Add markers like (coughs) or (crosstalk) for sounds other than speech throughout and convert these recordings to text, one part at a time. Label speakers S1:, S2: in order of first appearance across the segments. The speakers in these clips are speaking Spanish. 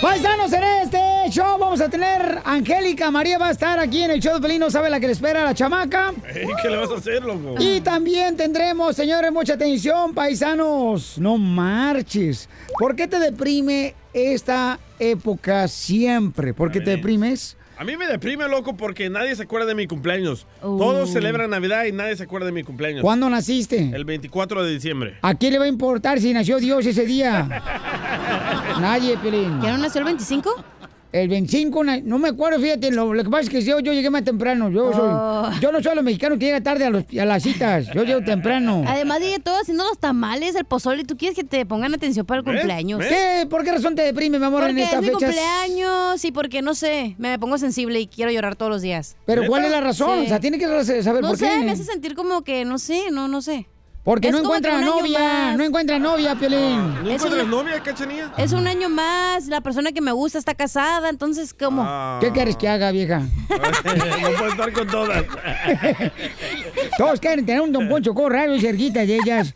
S1: Paisanos, en este show vamos a tener Angélica María va a estar aquí en el show de Pelín, no sabe la que le espera a la chamaca.
S2: Ey, ¿Qué le vas a hacer, loco?
S1: Y también tendremos, señores, mucha atención, paisanos, no marches. ¿Por qué te deprime esta época siempre? ¿Por qué te deprimes?
S2: A mí me deprime, loco, porque nadie se acuerda de mi cumpleaños. Todos celebran Navidad y nadie se acuerda de mi cumpleaños.
S1: Uh. ¿Cuándo naciste?
S2: El 24 de diciembre.
S1: ¿A quién le va a importar si nació Dios ese día? Nadie, Pelín.
S3: ¿Ya no nació el 25?
S1: El 25, na- no me acuerdo, fíjate, lo, lo que pasa es que yo, yo llegué más temprano. Yo, soy,
S3: Oh.
S1: yo no soy los mexicanos que llega tarde a, los- a las citas, yo llego temprano.
S3: Además de todo, haciendo los tamales, el pozole, ¿tú quieres que te pongan atención para el cumpleaños?
S1: ¿Qué? ¿Por qué razón te deprime, mi amor, en
S3: Porque es
S1: estas
S3: mi
S1: fechas?
S3: cumpleaños y porque, no sé, me pongo sensible y quiero llorar todos los días.
S1: Pero ¿cuál es la razón? O sea, tiene que saber
S3: no
S1: por
S3: sé,
S1: qué.
S3: me hace sentir como que, no sé, no, no sé.
S1: Porque
S3: Es
S1: no
S3: como
S1: encuentra
S3: que un año
S1: novia,
S3: más.
S1: no encuentra novia, Piolín.
S3: Es una-
S2: (laughs) cachanilla?
S3: Es un año más, la persona que me gusta está casada, entonces, ¿cómo?
S1: ¿Qué quieres que haga, vieja?
S2: no puedo estar con todas.
S1: Todos quieren tener un Don Poncho Corrado y cerquita de ellas.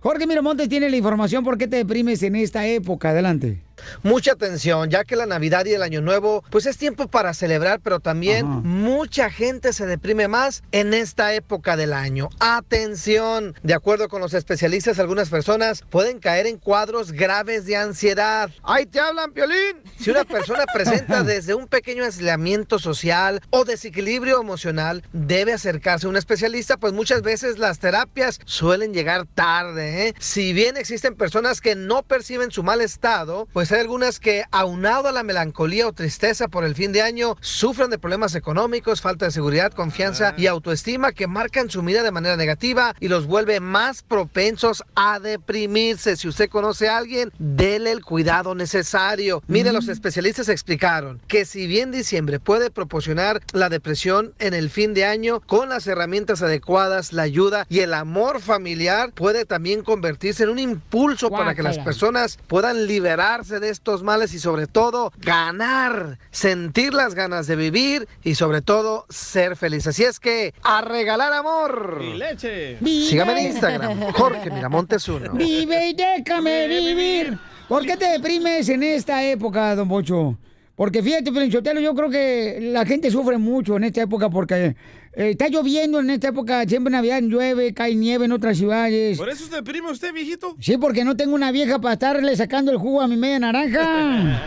S1: Jorge Miramontes tiene la información por qué te deprimes en esta época. Adelante.
S4: mucha atención, ya que la Navidad y el Año Nuevo, pues es tiempo para celebrar, pero también mucha gente se deprime más en esta época del año. Atención, de acuerdo con los especialistas, algunas personas pueden caer en cuadros graves de ansiedad. ¡Ahí te hablan, Piolín! Si una (laughs) persona presenta desde un pequeño aislamiento social o desequilibrio emocional, debe acercarse a un especialista, pues muchas veces las terapias suelen llegar tarde. ¿eh? Si bien existen personas que no perciben su mal estado, pues hay algunas que, aunado a la melancolía o tristeza por el fin de año, sufren de problemas económicos, falta de seguridad, confianza y autoestima que marcan su vida de manera negativa y los vuelve más propensos a deprimirse. Si usted conoce a alguien, dele el cuidado necesario. Mire, los especialistas explicaron que si bien diciembre puede proporcionar la depresión en el fin de año, con las herramientas adecuadas, la ayuda y el amor familiar puede también convertirse en un impulso para que las
S5: Guácala.
S4: personas personas puedan liberarse de estos males y sobre todo ganar, sentir las ganas de vivir y sobre todo ser feliz. Así es que a regalar amor.
S2: Y leche.
S4: Sígame en Instagram, Jorge Miramontes uno.
S1: Vive y déjame vivir. ¿Por qué te deprimes en esta época, don Bocho? Porque fíjate, Pelinchotelo, yo creo que la gente sufre mucho en esta época porque eh, está lloviendo en esta época, siempre en Navidad llueve, cae nieve en otras ciudades.
S2: ¿Por eso se deprime usted, viejito?
S1: Sí, porque no tengo una vieja para estarle sacando el jugo a mi media
S2: (laughs)
S1: naranja.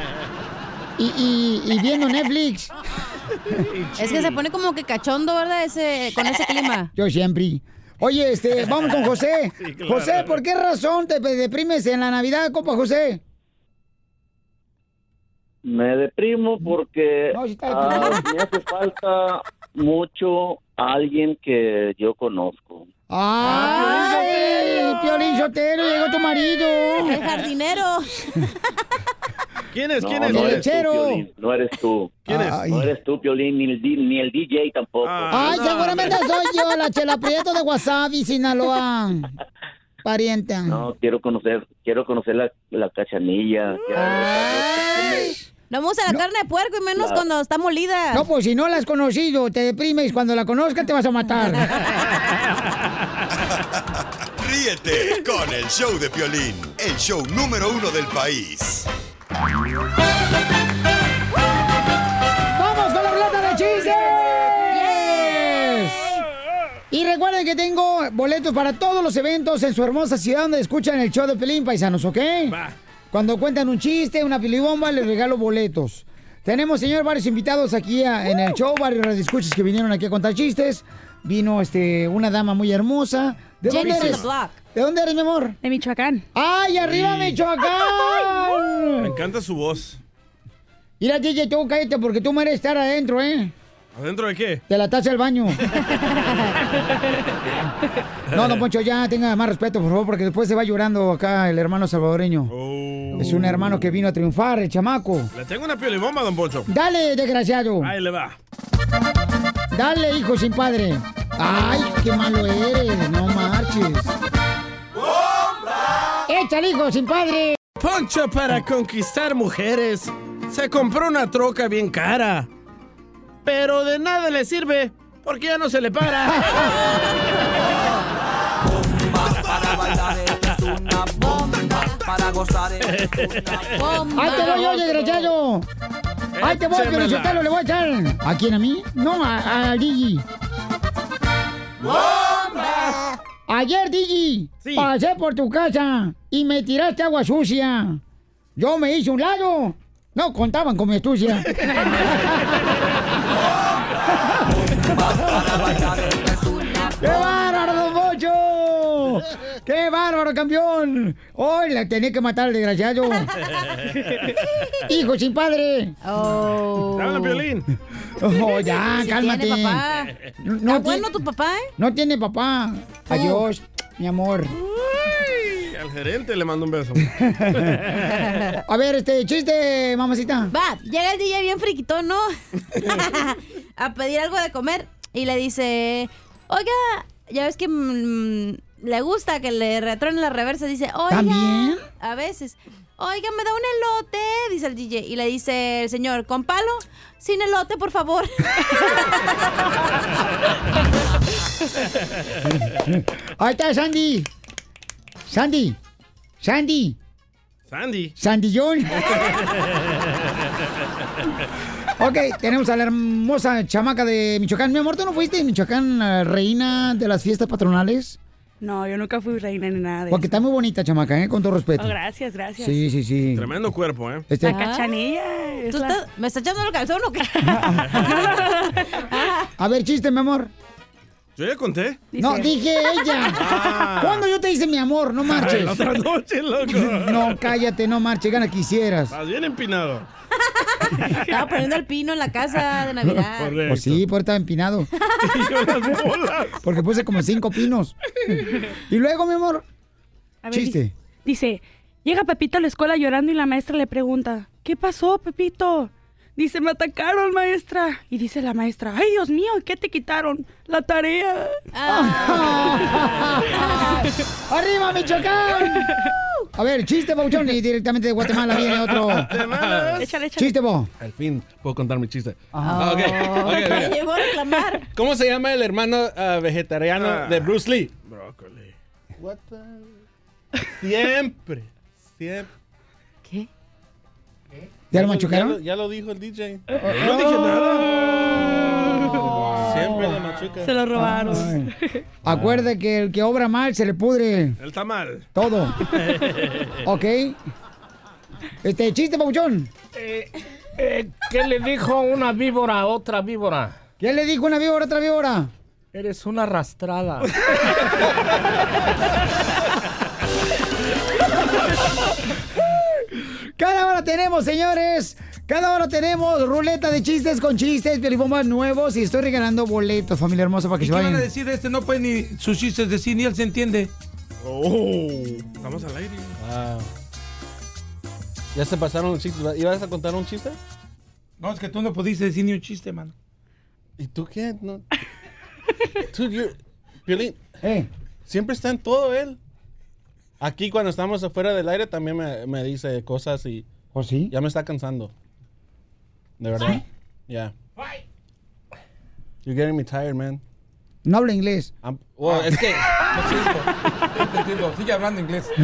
S1: Y, y- y viendo Netflix.
S3: Es que se pone como que cachondo, ¿verdad? Ese, con ese clima.
S1: (laughs) Yo siempre. Oye, este, vamos con José.
S3: (laughs) Sí, claro.
S1: José, ¿por qué razón te deprimes en la Navidad, compa José?
S6: Me deprimo porque ah, me hace falta mucho alguien que yo conozco.
S3: Ah,
S1: ¡Ay! Piolín Sotero, llegó tu marido.
S3: El jardinero.
S2: ¿Quién
S6: No, no eres tú, Piolín, no eres tú. No eres tú, Piolín, ni el, di- ni el DJ tampoco.
S2: Ah.
S3: Ah,
S1: Ay, seguramente soy yo, la chela Prieto de Wasabi, Sinaloa. Pariente.
S6: No, quiero conocer, quiero conocer la, la
S2: Ah.
S6: cachanilla.
S3: No me gusta la carne de puerco y menos
S6: Claro.
S3: cuando está molida.
S1: No, pues si no la has conocido, te deprimes. Cuando la conozcas te vas a matar.
S7: Ríete con el show de Piolín, el show número uno del país.
S1: ¡Vamos con la plata de chistes! Y recuerden que tengo boletos para todos los eventos en su hermosa ciudad donde escuchan el show de Pelín, paisanos, ¿ok? Cuando cuentan un chiste, una pilibomba, les regalo boletos. Tenemos, señor, varios invitados aquí a- en el show, varios radioescuchas que vinieron aquí a contar chistes. Vino este, una dama muy hermosa. ¿De dónde
S3: Jennifer
S1: eres?
S3: Black.
S1: ¿De dónde eres, mi amor? De Michoacán. ¡Ay, arriba,
S2: Sí. Me
S1: Michoacán!
S2: encanta su voz.
S1: Mira, DJ, tú cállate porque tú mereces estar adentro, ¿eh?
S2: ¿Adentro de qué?
S1: Te la tacha del baño. No, don Poncho, ya tenga más respeto, por favor, porque después se va llorando acá el hermano salvadoreño. Es un hermano que vino a triunfar, el chamaco.
S2: Le tengo una piel bomba, don Pocho.
S1: Dale, desgraciado.
S2: Ahí le va.
S1: Dale, hijo sin padre. Ay, qué malo eres, no marches. ¡Échale, hijo, sin padre!
S5: Poncho para conquistar mujeres se compró una troca bien cara. Pero de nada le sirve porque ya no se le
S2: (laughs)
S5: para.
S8: para gozar
S1: ¡Ahí te voy yo, desgraciado! ¡Ahí te voy,
S8: Échamela.
S1: pero le voy a echar! ¿A quién, a mí? No, a, a Gigi. Ayer, Digi, pasé por tu casa y me tiraste agua sucia. Yo me hice un lado. No contaban con mi (laughs) astucia. ¡Qué bárbaro, don (laughs) Pocho! ¡Qué bárbaro, campeón! Hoy la tenía que matar al (laughs) desgraciado. (laughs) ¡Hijo sin padre! ¡Oh!
S2: Habla, Piolín.
S1: (laughs) ¡Oh, ya,
S3: Sí
S1: cálmate!
S3: tiene papá.
S1: No,
S3: Está bueno
S1: ti-
S3: tu papá, Oh. ¿eh?
S1: no tiene papá. Adiós, mi
S3: (laughs)
S1: amor.
S2: Ay, Al gerente le mando
S5: (laughs)
S2: un beso.
S1: A ver, este chiste, mamacita.
S3: Va, llega el DJ bien friquitón, (laughs) ¿no? a pedir algo de comer y le dice, oiga, ya ves que mm, le gusta que le retronen las reversas, dice, oiga,
S8: ¿También?
S3: a veces, oiga, me da un elote, dice el DJ, y le dice el señor, ¿con palo? Sin elote, por favor.
S1: Ahí está Sandy. Sandy. Sandy.
S2: Sandy.
S1: Sandillón. Ok, tenemos a la hermosa chamaca de Michoacán. Mi amor, ¿tú no fuiste de Michoacán eh, reina de las fiestas patronales?
S9: No, yo nunca fui reina ni
S3: Pues
S9: nada de
S1: Porque
S9: eso.
S1: está muy bonita, chamaca, ¿eh? con todo respeto.
S9: Oh, gracias, gracias.
S1: Sí, sí, sí.
S2: Tremendo cuerpo, ¿eh?
S1: Este-
S9: La cachanilla. es
S3: (laughs) ¿Tú
S9: la-
S3: estás- ¿Me estás echando el calzón o qué? (laughs)
S1: A ver, chiste, mi amor.
S2: ¿Yo ya conté?
S1: No, dije
S2: (laughs)
S1: ella. ¿Cuándo yo te hice mi amor? No marches.
S2: Ah. La otra noche, loco.
S1: (laughs) No, cállate, no marches, gana quisieras.
S2: Estás bien empinado.
S3: Estaba poniendo el pino en la casa de (laughs) Navidad.
S1: (laughs) Pues sí, por estar
S2: (laughs)
S1: empinado. Porque puse como cinco
S2: (laughs)
S1: pinos. Y luego, mi amor,
S9: A ver,
S1: chiste.
S9: Dice, llega Pepito a la escuela llorando y la maestra le pregunta, ¿qué pasó, Pepito? Dice, me atacaron, maestra. Y dice la maestra, ay, Dios mío, ¿qué te quitaron? La tarea.
S1: Ah. (laughs) ¡Arriba,
S2: (laughs)
S1: Michoacán! A ver, chiste, Pauchón, y directamente de Guatemala viene otro.
S9: Échale, échale.
S1: Chiste, Bo.
S5: Al fin puedo contar mi chiste.
S1: Ah.
S5: Ah,
S9: (laughs)
S5: ok, ok, ok.
S3: a reclamar.
S5: ¿Cómo se llama el hermano ah, vegetariano
S2: Ah.
S5: de Bruce Lee?
S2: Brócoli.
S5: Siempre, siempre.
S3: ¿Qué?
S1: ¿Ya lo machucaron?
S5: Ya, lo dijo el
S9: Oh,
S5: DJ.
S2: No dije
S5: nada. Siempre lo machuca.
S9: Se lo robaron. (laughs)
S1: Acuerda que el que obra mal se le pudre
S2: El tamal.
S5: (laughs)
S1: todo. ¿Ok? Este, chiste, Pauchón.
S10: Eh, eh, ¿Qué le dijo una víbora a otra víbora?
S1: ¿Qué le dijo una víbora a otra víbora?
S10: Eres una arrastrada.
S1: Cada hora tenemos, señores. Cada hora tenemos ruleta de chistes con chistes, pielibombas nuevos y estoy regalando boletos, familia hermosa, para que
S11: ¿Y
S1: se
S11: qué van a
S1: vayan.
S11: decir este? No puede ni sus chistes decir, ni él se entiende.
S2: Estamos al aire.
S5: Wow. Ya se pasaron los chistes. ¿va- ¿Ibas a contar un chiste?
S11: No, es que tú no pudiste decir ni un chiste, mano.
S5: ¿Y tú qué? No. (laughs) Dude, you're- Piolín, siempre está en todo él. Aquí cuando estamos afuera del aire también me, me dice cosas y...
S1: ¿O sí?
S5: Ya me está cansando. De verdad. Ya. You're getting me tired, man.
S1: No habla inglés.
S5: I'm, well,
S11: Ah. (laughs)
S5: es que...
S11: Sigue hablando inglés.
S5: (laughs)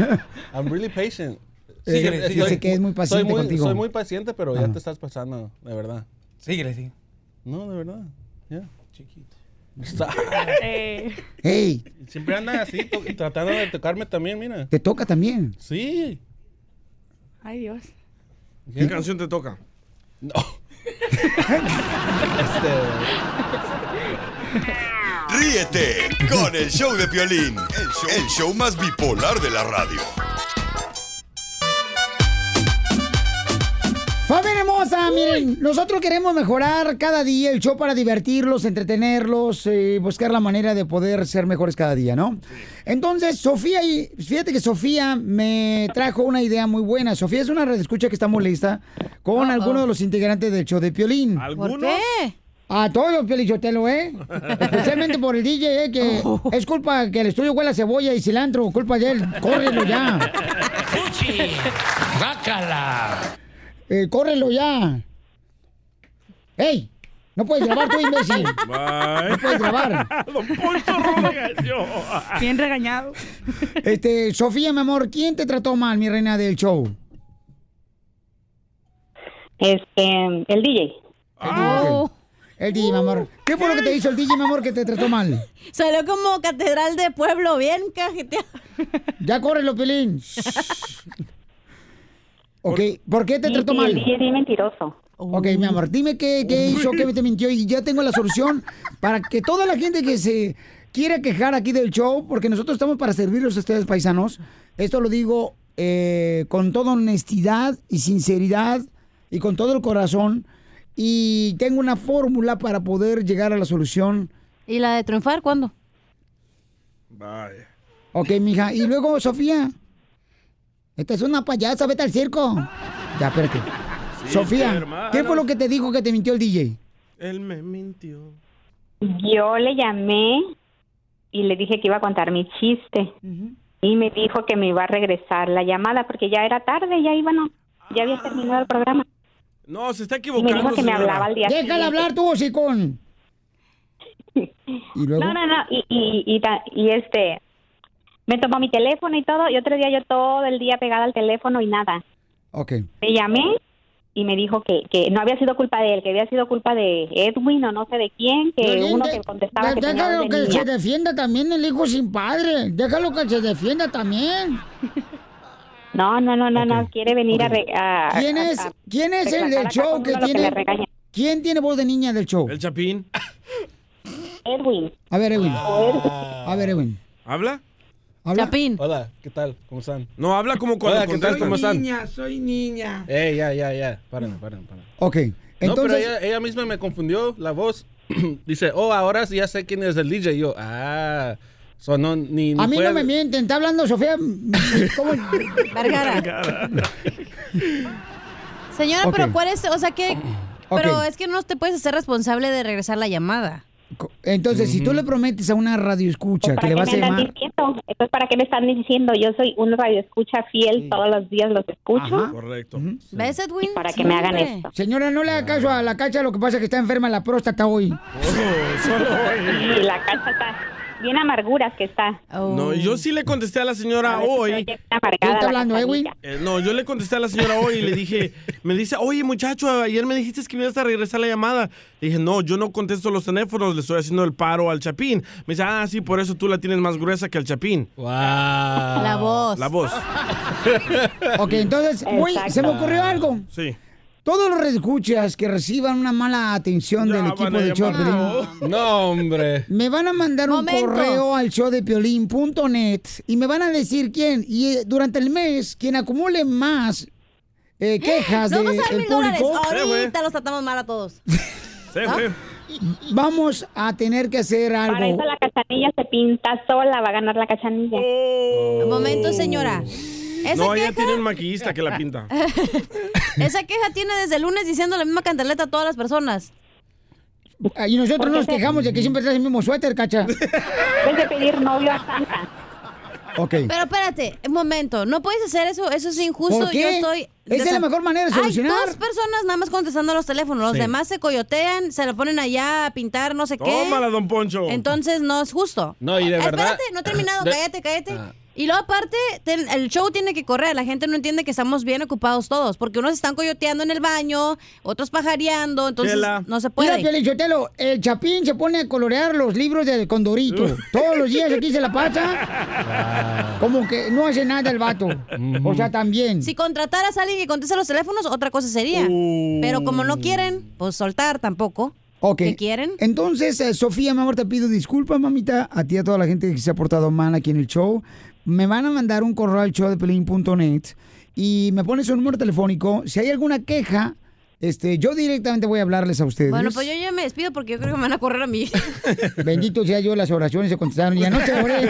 S5: I'm really patient.
S1: Eh,
S5: Sí,
S1: dice
S5: estoy-
S1: que es muy paciente
S5: soy muy,
S1: contigo.
S5: Soy muy paciente, pero ya
S1: Ajá.
S5: te estás pasando, de verdad.
S11: Síguele, sí.
S5: No, de verdad. Ya.
S11: Chiquito.
S5: Está- (laughs)
S1: ¡Ey!
S5: Siempre anda así, to- tratando de tocarme también, mira.
S1: Te toca también.
S5: Sí.
S9: (laughs) Ay, Dios.
S2: ¿Qué canción te toca?
S7: Ríete con el show de Piolín, el show, el show más bipolar de la radio.
S1: Familia hermosa, miren, nosotros queremos mejorar cada día el show para divertirlos, entretenerlos, eh, buscar la manera de poder ser mejores cada día, ¿no? Entonces, Sofía, y fíjate que Sofía me trajo una idea muy buena. Sofía es una red escucha que está molesta con algunos de los integrantes del show de Piolín.
S3: ¿Por qué?
S1: A todos, Piolichotelo,
S3: (laughs)
S1: ¿eh? Especialmente por el
S3: Oh.
S1: DJ, ¿eh? Que es culpa que el estudio huele a cebolla y cilantro, culpa de él. Córrelo ya.
S12: Pichi. Bácala.
S1: Eh, córrelo ya. ¡Ey! No puedes grabar tú, imbécil. No puedes grabar.
S6: Bien regañado.
S1: Este, Sofía, mi amor, ¿quién te trató mal, mi reina del show?
S13: Este, el DJ.
S1: El DJ.
S6: Oh.
S1: El DJ, mi amor. ¿Qué fue lo que te hizo el DJ, mi amor, que te trató mal?
S3: Salió como catedral de pueblo, bien cajeteado.
S1: Ya córrelo, Pelín. Ok, ¿por qué te
S13: Y-
S1: trató
S13: y
S1: mal?
S13: el DJ bien mentiroso.
S1: Ok, mi amor, dime qué, qué hizo, qué te mintió y ya tengo la solución para que toda la gente que se quiera quejar aquí del show, porque nosotros estamos para servirlos a ustedes, paisanos. Esto lo digo eh, con toda honestidad y sinceridad y con todo el corazón. Y tengo una fórmula para poder llegar a la solución.
S3: ¿Y la de triunfar cuándo?
S2: Vaya.
S1: Ok, mija. Y luego, Sofía. Esta es una payasa, vete al circo. Ya, espérate.
S2: Sí,
S1: Sofía,
S2: hermanos.
S1: ¿qué fue lo que te dijo que te mintió el DJ?
S2: Él me mintió.
S13: Yo le llamé y le dije que iba a contar mi chiste. Y me dijo que me iba a regresar la llamada porque ya era tarde, ya iban, ya
S1: Ah,
S13: había terminado el programa.
S2: No, se está equivocando.
S13: Me dijo que me
S2: señora.
S13: hablaba al día Déjala siguiente. hablar.
S1: Hablar tú, hocicón.
S13: (laughs)
S1: ¿Y luego?
S13: No, no, no. Y, y, y, ta- y este, me tomó mi teléfono y todo. Y otro día yo todo el día pegada al teléfono y nada.
S1: Ok.
S13: Le llamé y me dijo que, que no había sido culpa de él, que había sido culpa de Edwin o no sé de quién, que
S1: Violín,
S13: uno
S1: de-
S13: que contestaba
S1: de-
S13: que tenía
S1: déjalo
S13: voz
S1: que
S13: de
S1: se
S13: niña.
S1: defienda también el hijo sin padre. Déjalo que se defienda también.
S13: No, no, no, no, no, quiere venir a, re- a-
S1: ¿Quién
S13: a-
S1: es,
S13: a-
S1: ¿quién es el
S13: reclamar
S1: del
S13: acá
S1: show
S13: con
S1: que
S13: uno lo que
S1: tiene?
S13: le regaña.
S1: ¿Quién tiene voz de niña del show?
S2: El Chapín.
S13: Edwin.
S1: A ver, Edwin.
S2: Ah.
S1: A ver, Edwin.
S2: ¿Habla?
S1: ¿Habla?
S5: Hola, ¿qué tal? ¿Cómo están?
S2: No, habla como cuando
S5: Hola, ¿qué tal?
S2: contestan.
S5: ¿Cómo están?
S14: Niña, soy niña.
S5: Eh, ya, ya, ya. Paren, paren, paren.
S1: Ok.
S5: no, pero
S1: Entonces,
S5: ella, ella misma me confundió la voz. (clears throat) Dice, oh, ahora sí ya sé quién es el DJ. Y yo, ah, so, no, ni, ni
S1: a mí
S5: fue
S1: no
S5: al-
S1: me mienten. Está hablando Sofía.
S2: (laughs)
S1: ¿Cómo?
S3: Señora,
S1: Ok.
S3: pero ¿cuál es? O sea, que...
S1: Ok.
S3: Pero es que no te puedes hacer responsable de regresar la llamada.
S1: Entonces, si tú le prometes a una radio escucha que le vas a
S13: me andan
S1: llamar.
S13: diciendo? Entonces, ¿para qué me están diciendo? Yo soy un radioescucha fiel, todos los días los escucho.
S2: Correcto.
S3: ¿Ves, Edwin?
S13: Para que me hagan
S1: Hombre.
S13: esto.
S1: Señora, no le haga caso a la cacha, lo que pasa es que está enferma la próstata hoy.
S2: (laughs)
S13: Y la casa está bien amarguras que está.
S1: Oh.
S2: No, yo sí le contesté a la señora hoy.
S13: ¿Quién está
S1: hablando, Edwin?
S2: Eh, no, yo le contesté a la señora hoy y le dije, (laughs) me dice, oye muchacho, ayer me dijiste que me ibas a regresar la llamada. Le dije, no, yo no contesto los teléfonos, le estoy haciendo el paro al Chapín. Me dice, ah, sí, por eso tú la tienes más gruesa que al Chapín.
S5: La
S3: voz.
S2: La voz.
S1: (laughs) Ok, entonces, güey, se me ocurrió algo.
S2: Sí.
S1: Todos los escuchas que reciban una mala atención del equipo de Choplin,
S5: No, hombre.
S1: me van a mandar
S5: Momento.
S1: un correo al showdepiolín.net y me van a decir quién. Y eh, durante el mes, quien acumule más eh, quejas
S3: No
S1: del
S3: vas a dar mil dólares.
S1: público,
S3: Ahorita los tratamos mal
S1: (laughs)
S3: a todos.
S1: vamos a tener que hacer
S13: Para
S1: algo.
S13: eso la cachanilla se pinta sola, va a ganar la cachanilla.
S3: Un momento,
S1: Oh.
S3: señora. Esa
S2: No,
S3: queja,
S2: ella tiene un maquillista que
S1: (laughs)
S2: la pinta.
S3: esa queja tiene desde el lunes diciendo la misma cantaleta a todas las personas.
S1: Ah, Y nosotros nos quejamos de que siempre traes el mismo suéter, cacha.
S13: Puedes pedir novio a Santa.
S1: Ok.
S3: Pero espérate, un momento, no puedes hacer eso, eso es injusto.
S1: ¿Por qué?
S3: Yo estoy.
S1: Esa es la mejor manera de solucionar.
S3: Hay dos personas nada más contestando los teléfonos, los
S2: Sí.
S3: demás se coyotean, se lo ponen allá a pintar, no sé qué.
S2: Tómala, don Poncho.
S3: Entonces no es justo.
S5: No, y de verdad.
S3: Espérate, no he terminado,
S5: De-
S3: cállate, cállate.
S5: Ah.
S3: Y luego aparte, ten- el show tiene que correr, la gente no entiende que estamos bien ocupados todos, porque unos están coyoteando en el baño, otros pajareando, entonces
S1: Chela.
S3: no se puede.
S1: Mira, Piolín Sotelo, el Chapín se pone a colorear los libros del Condorito. Todos los días aquí se la pasa. Como que no hace nada el vato. O sea, también.
S3: Si contrataras a alguien que conteste los teléfonos, otra cosa sería. Pero como no quieren, pues soltar tampoco.
S1: Ok.
S3: ¿Qué quieren?
S1: Entonces, eh, Sofía, mi amor, te pido disculpas, mamita, a ti y a toda la gente que se ha portado mal aquí en el show. Me van a mandar un correo al show de Pelín.net y me pones un número telefónico. Si hay alguna queja, este, yo directamente voy a hablarles a ustedes.
S3: Bueno, pues yo ya me despido porque yo creo que me van a correr a mí. (laughs)
S1: (laughs) Bendito sea yo, las oraciones se contestaron y anoche oré.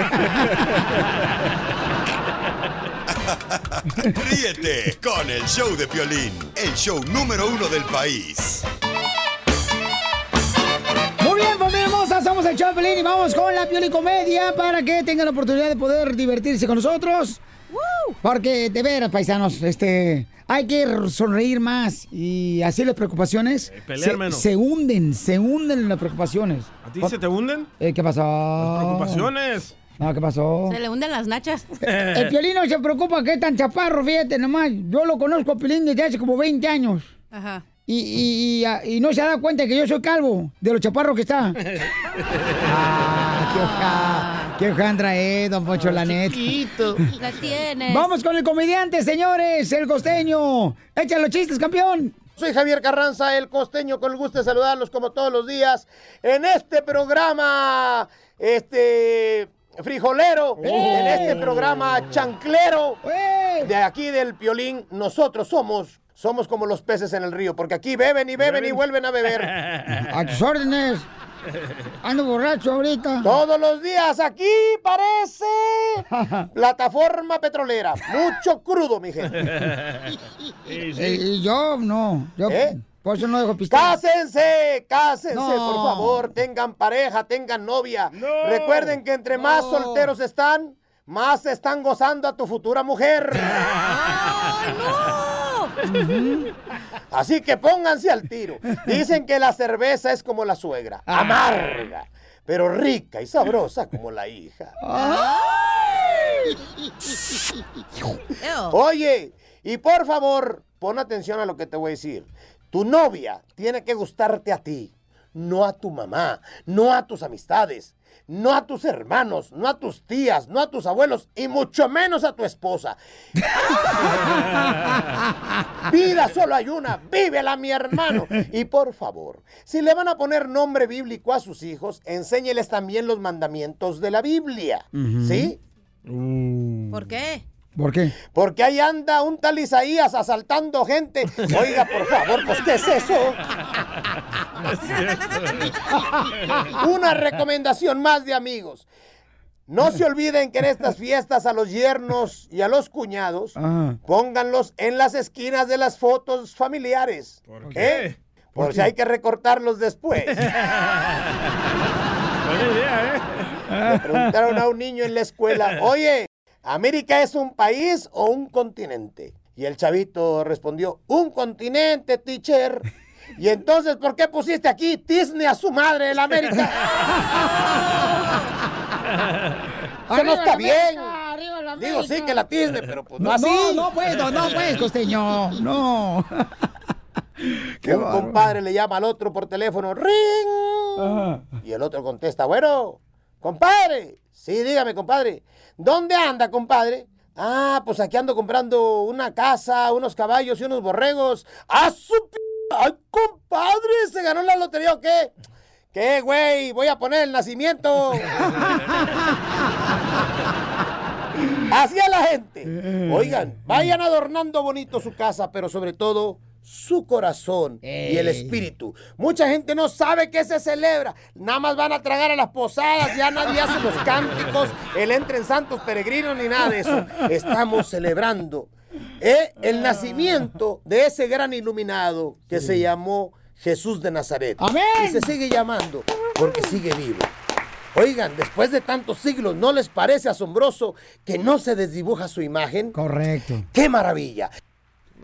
S7: Ríete con el show de Piolín, el show número uno del país.
S1: Muy bien, familia hermosa, somos el Chapelín y vamos con la Pioli Comedia para que tengan la oportunidad de poder divertirse con nosotros. Porque, de veras, paisanos, este, hay que sonreír más y así las preocupaciones
S2: Eh, pelear
S1: se,
S2: menos.
S1: se hunden, se hunden las preocupaciones.
S2: ¿A ti se te hunden?
S1: Eh, ¿Qué pasó?
S2: Preocupaciones.
S1: No, ¿qué pasó?
S3: Se le hunden las
S2: (laughs)
S3: nachas.
S1: El piolino se preocupa que es tan chaparro, fíjate nomás. Yo lo conozco a Piolín desde hace como 20 años.
S3: Ajá.
S1: Y, y- y, ah, y no se ha dado cuenta que yo soy calvo, de los chaparros que está. ah, qué oja- qué hojandra es, don Poncho, la neta.
S3: La tienes.
S1: Vamos con el comediante, señores, el costeño. Echa los chistes, campeón.
S15: Soy Javier Carranza, el costeño, con el gusto de saludarlos como todos los días en este programa, este frijolero, en este programa chanclero
S1: ¡Eh!
S15: de aquí del Piolín. Nosotros somos, somos como los peces en el río, porque aquí beben y beben, y vuelven a
S1: (laughs)
S15: beber.
S1: A tus órdenes. Ando borracho ahorita.
S15: Todos los días aquí
S1: (laughs)
S15: parece plataforma petrolera. Mucho crudo, mi gente.
S1: Eh, Y yo no. Yo, Por eso no dejo pistola.
S15: ¿Eh? Cásense, cásense,
S1: No.
S15: por favor. Tengan pareja, tengan novia. Recuerden que entre más
S1: No.
S15: solteros están, más están gozando a tu
S1: (laughs)
S15: futura mujer. Ujú. Así que pónganse al tiro. Dicen que la cerveza es como la suegra,
S1: Ah.
S16: Ah.
S15: amarga, pero rica y sabrosa como la hija. Oye, y por favor, pon atención a lo que te voy a decir. Tu novia tiene que gustarte a ti, no a tu mamá, no a tus amistades, no a tus hermanos, no a tus tías, no a tus abuelos y mucho menos a tu
S3: (laughs)
S15: esposa. Vida solo hay una, vívela mi hermano. Y por favor, si le van a poner nombre bíblico a sus hijos, enséñeles también los mandamientos de la Biblia.
S1: Ujú.
S15: ¿Sí?
S3: ¿Por qué?
S1: ¿Por qué?
S15: Porque ahí anda un tal Isaías asaltando gente. Oiga, por favor, pues ¿qué es eso? Una recomendación más de amigos. No se olviden que en estas fiestas a los yernos y a los cuñados,
S1: Ah.
S15: pónganlos en las esquinas de las fotos familiares. ¿Por qué? Por si hay que recortarlos (laughs) después. Le preguntaron a un niño en la escuela, oye, ¿América es un país o un continente? Y el chavito respondió, un continente, teacher. Y entonces, ¿por qué pusiste aquí Disney a su madre, el
S1: (laughs)
S15: América? Eso no
S1: Arriba la
S15: está bien.
S1: América, arriba la
S15: Digo, sí,
S1: América.
S15: que la Disney, pero pues no,
S1: No,
S15: así.
S1: no, no, pues, no, no, pues, costeño. No.
S15: un compadre le llama al otro por teléfono, ring. Y el otro contesta, bueno, compadre. Sí, dígame, compadre. ¿Dónde anda, compadre? Ah, pues aquí ando comprando una casa, unos caballos y unos borregos. ¡Ah, su p... ¡Ay, compadre! ¿Se ganó la lotería o qué? ¿Qué, güey? Voy a poner el nacimiento. (laughs) Así a la gente. Oigan, vayan adornando bonito su casa, pero sobre todo su corazón y el espíritu. Mucha gente no sabe qué se celebra. Nada más van a tragar a las posadas, ya nadie hace los cánticos, el entren santos peregrinos ni nada de eso. Estamos celebrando eh, el nacimiento de ese gran iluminado que se llamó Jesús de Nazaret. Y se sigue llamando porque sigue vivo. Oigan, después de tantos siglos, ¿no les parece asombroso que no se desdibuja su imagen?
S1: Correcto.
S15: ¡Qué maravilla!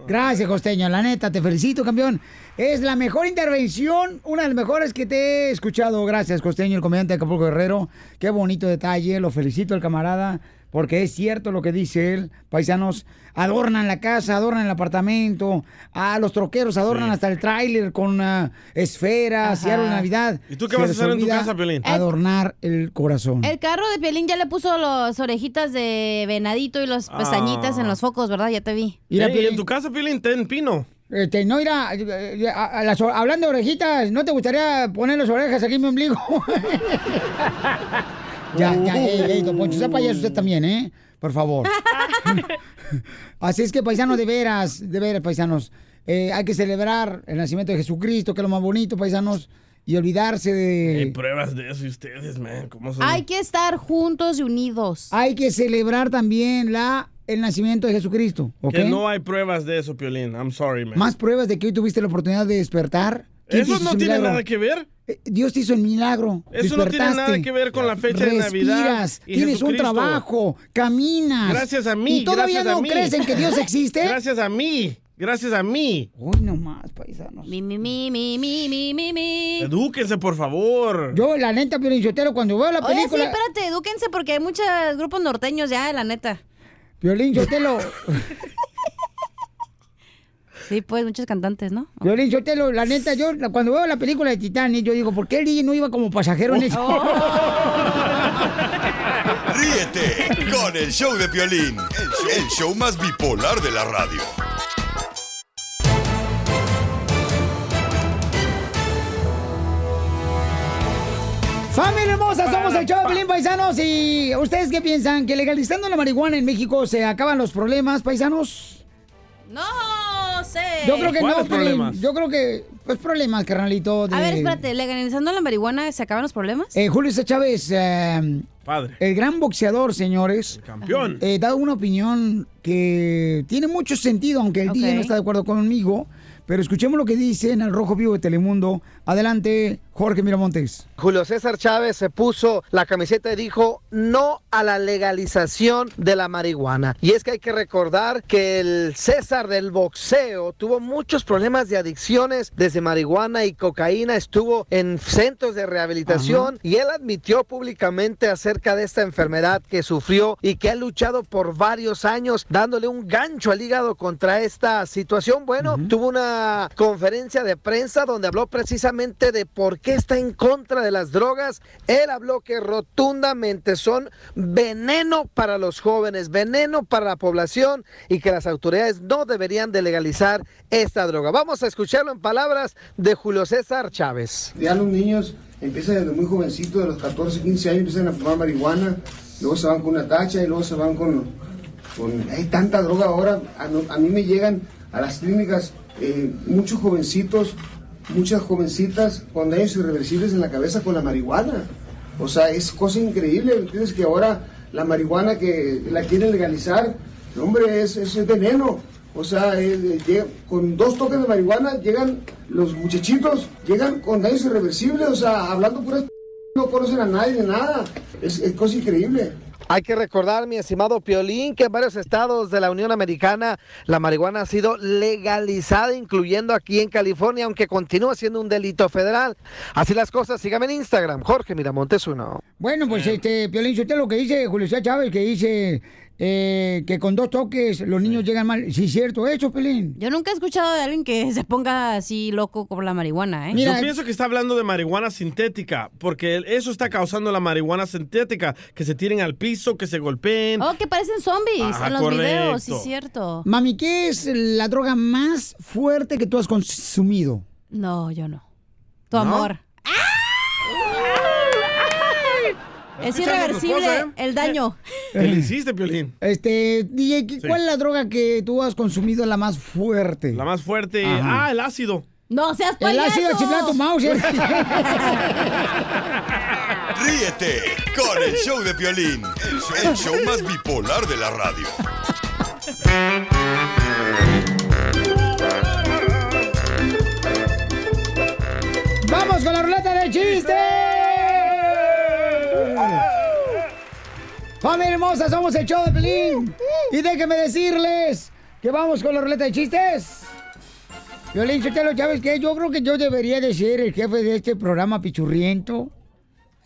S1: Gracias, costeño. La neta, te felicito, campeón. Es la mejor intervención, una de las mejores que te he escuchado. Gracias, costeño, el comediante de Acapulco Guerrero. Qué bonito detalle. Lo felicito, el camarada, porque es cierto lo que dice él. Paisanos adornan la casa, adornan el apartamento. A los troqueros adornan hasta el tráiler con ah, esferas y
S3: Ajá.
S1: árbol de Navidad.
S2: ¿Y tú qué
S1: Se
S2: vas a
S1: les
S2: hacer en tu
S1: olvida
S2: casa, Piolín?
S1: Adornar el corazón.
S3: El carro de Pielín ya le puso las orejitas de venadito y las pestañitas
S2: Ah.
S3: en los focos, ¿verdad? Ya te vi.
S2: Ey, ¿y en tu casa, Pilín, ten pino.
S1: Este, no, mira, eh, a- a las o- hablando de orejitas, ¿no te gustaría poner las orejas aquí en mi ombligo? (laughs) ya, ya, ey, ey, don Poncho, sea payaso usted también, ¿eh? Por favor. Así es que, paisanos, de veras, de veras, paisanos, eh, hay que celebrar el nacimiento de Jesucristo, que es lo más bonito, paisanos, y olvidarse
S2: Hay
S1: de...
S2: pruebas de eso y ustedes, man. ¿Cómo son?
S3: Hay que estar juntos y unidos.
S1: Hay que celebrar también la, el nacimiento de Jesucristo, ¿ok?
S2: Que no hay pruebas de eso, Piolín. I'm sorry, man.
S1: Más pruebas de que hoy tuviste la oportunidad de despertar. ¿Quién te
S2: ¿Eso
S1: hizo
S2: no
S1: ese
S2: tiene
S1: milagro?
S2: nada que ver?
S1: eh, Dios te hizo el milagro.
S2: Eso no tiene nada
S1: despertaste,
S2: que ver con la fecha
S1: respiras,
S2: de Navidad. y
S1: tienes un
S2: Jesucristo.
S1: trabajo, caminas.
S2: Gracias a mí.
S1: ¿Y todavía
S2: gracias a
S1: no
S2: mí.
S1: crees en que Dios existe?
S2: Gracias a mí. Gracias a mí.
S1: Uy, no más, paisanos.
S3: Mi, mi, mi, mi, mi, mi, mi, mi.
S2: Edúquense, por favor.
S1: Yo, la neta, Piolín Sotelo, cuando veo la
S3: Oye, sí,
S1: película...
S3: espérate, edúquense porque hay muchos grupos norteños ya, la neta.
S1: Piolín Sotelo, (coughs)
S3: Sí, pues, muchos cantantes, ¿no?
S1: Piolín Sotelo, la neta, yo la- cuando veo la película de Titanic, yo digo, ¿por qué el DJ no iba como
S2: (laughs)
S1: pasajero en ese...
S7: Ríete con el show de Piolín, el show, el show más bipolar de la radio.
S1: Familia hermosa, somos el show de Pelín Paisanos y ¿ustedes qué piensan? ¿Que legalizando la marihuana en México se acaban los problemas, paisanos?
S3: No sé.
S1: Yo creo que no, Pelín. Yo creo que, pues problemas, carnalito. de-
S3: A ver, espérate, ¿legalizando la marihuana se acaban los problemas?
S1: Eh, Julio C. Chávez, eh,
S2: Padre.
S1: el gran boxeador, señores.
S2: campeón.
S1: eh, da una opinión que tiene mucho sentido, aunque el DJ
S3: Ok.
S1: no está de acuerdo conmigo. Pero escuchemos lo que dice en el Rojo Vivo de Telemundo. Adelante, Jorge Miramontes.
S4: Julio César Chávez se puso la camiseta y dijo no a la legalización de la marihuana. Y es que hay que recordar que el César del boxeo tuvo muchos problemas de adicciones desde marihuana y cocaína, estuvo en centros de rehabilitación y él admitió públicamente acerca de esta enfermedad que sufrió y que ha luchado por varios años dándole un gancho al hígado contra esta situación. Bueno, tuvo una conferencia de prensa donde habló precisamente de por qué está en contra de las drogas. Él habló que rotundamente son veneno para los jóvenes, veneno para la población y que las autoridades no deberían de legalizar esta droga. Vamos a escucharlo en palabras de Julio César Chávez.
S17: Ya los niños empiezan desde muy jovencitos, de los 14, 15 años, empiezan a fumar marihuana, luego se van con una tacha y luego se van con... con hay tanta droga ahora, a, no- a mí me llegan a las clínicas eh, muchos jovencitos, muchas jovencitas con daños irreversibles en la cabeza con la marihuana. O sea, es cosa increíble, ¿entiendes? Que ahora la marihuana que la quieren legalizar, no, hombre, es, es, es veneno. O sea, es- es- llega- con dos toques de marihuana llegan los muchachitos, llegan con daños irreversibles, o sea, hablando puras p- no conocen a nadie de nada. Es, es cosa increíble.
S4: Hay que recordar, mi estimado Piolín, que en varios estados de la Unión Americana la marihuana ha sido legalizada, incluyendo aquí en California, aunque continúa siendo un delito federal. Así las cosas, sígame en Instagram, Jorge Miramontes uno.
S1: Bueno, pues este, Piolín, usted lo que dice Julio César Chávez, que dice eh, que con dos toques los niños llegan mal. Sí, cierto, eso, Piolín.
S3: Yo nunca he escuchado de alguien que (laughs) se ponga así loco por la marihuana, ¿eh?
S2: Yo pienso que está hablando de marihuana sintética, porque eso está causando la marihuana sintética, que se tiren al piso, que se golpeen.
S3: Oh, que parecen zombies
S2: Ajá,
S3: en los videos, sí,
S2: correcto.
S3: cierto.
S1: Mami, ¿qué es la droga más fuerte que tú has consumido?
S3: No, yo no. Tu
S1: ¿No?
S3: amor. Es
S2: Escucha a mi
S3: irreversible
S2: esposa, ¿eh?
S3: el daño.
S2: Te lo hiciste, Piolín.
S1: Este, DJ, ¿qué-
S2: Sí.
S1: ¿cuál es la droga que tú has consumido la más fuerte? La
S2: más fuerte.
S1: Ajá.
S2: Ah, el ácido.
S3: No seas
S1: El
S3: payaso.
S1: ácido chiflado ¿eh? Mauser.
S3: (laughs)
S7: Ríete con el show de Piolín, el show, el show más bipolar de la radio.
S1: ¡Vamos con la ruleta de chistes! ¡Familia hermosa, somos el show de Pelín! Y déjenme decirles que vamos con la ruleta de chistes. Violín, Sotelo, ¿sabes qué? Yo creo que yo debería de ser el jefe de este programa pichurriento.